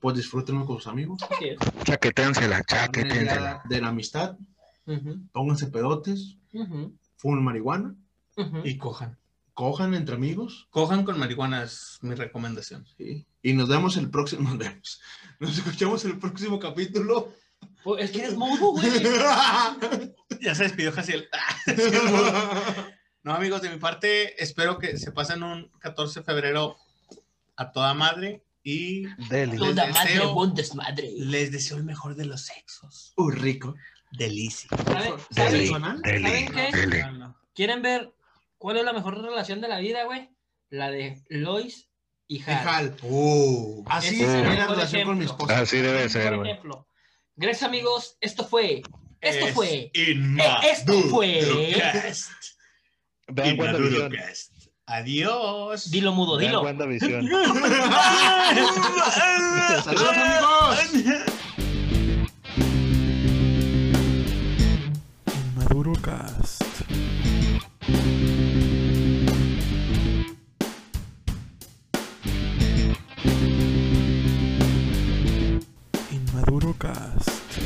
Speaker 4: pues disfrútenlo con sus amigos.
Speaker 2: así es.
Speaker 7: Chaqueténsela,
Speaker 4: También el
Speaker 7: chaqueténsela.
Speaker 4: día de la amistad,
Speaker 2: Ujú,
Speaker 4: pónganse pedotes,
Speaker 2: ujú,
Speaker 4: fumen marihuana,
Speaker 2: ujú.
Speaker 6: y cojan.
Speaker 4: cojan entre amigos.
Speaker 6: Cojan con marihuana es mi recomendación.
Speaker 4: ¿sí? Y nos vemos el próximo. Nos vemos. Nos escuchamos el próximo capítulo.
Speaker 2: Pues, Es que eres mudo, güey.
Speaker 6: Ya se despidió Jaciel. Ah, No, amigos, de mi parte, espero que se pasen un 14 de febrero a toda madre y
Speaker 3: Deli.
Speaker 2: Toda
Speaker 6: Les
Speaker 2: madre,
Speaker 6: deseo-
Speaker 2: buen desmadre.
Speaker 6: les deseo el mejor de los sexos.
Speaker 4: Uy, rico.
Speaker 6: Delicia.
Speaker 2: ¿Saben,
Speaker 7: Deli.
Speaker 2: saben-
Speaker 7: Dele,
Speaker 2: ¿Saben qué?
Speaker 7: dele.
Speaker 6: No, no.
Speaker 2: ¿Quieren ver cuál es la mejor relación de la vida, güey? La de Lois y Hal.
Speaker 4: Tejal.
Speaker 6: Uh.
Speaker 4: Así
Speaker 2: Ese es el
Speaker 4: era la
Speaker 2: mejor
Speaker 4: relación con mi
Speaker 2: ejemplo.
Speaker 4: esposa.
Speaker 7: Así debe ser,
Speaker 2: Por
Speaker 7: güey.
Speaker 2: ejemplo. Gracias, amigos. Esto fue. Esto
Speaker 6: Es
Speaker 2: fue.
Speaker 6: Inma-
Speaker 2: Esto
Speaker 6: Du-
Speaker 2: fue-
Speaker 6: Ducast.
Speaker 3: Vean
Speaker 6: Inma
Speaker 3: WandaVision.
Speaker 6: Ducast. Adiós.
Speaker 2: Dilo mudo,
Speaker 3: Vean
Speaker 2: dilo.
Speaker 3: WandaVision.
Speaker 4: Saludos, amigos.
Speaker 5: Maduro Cast. Inmaduro Cast.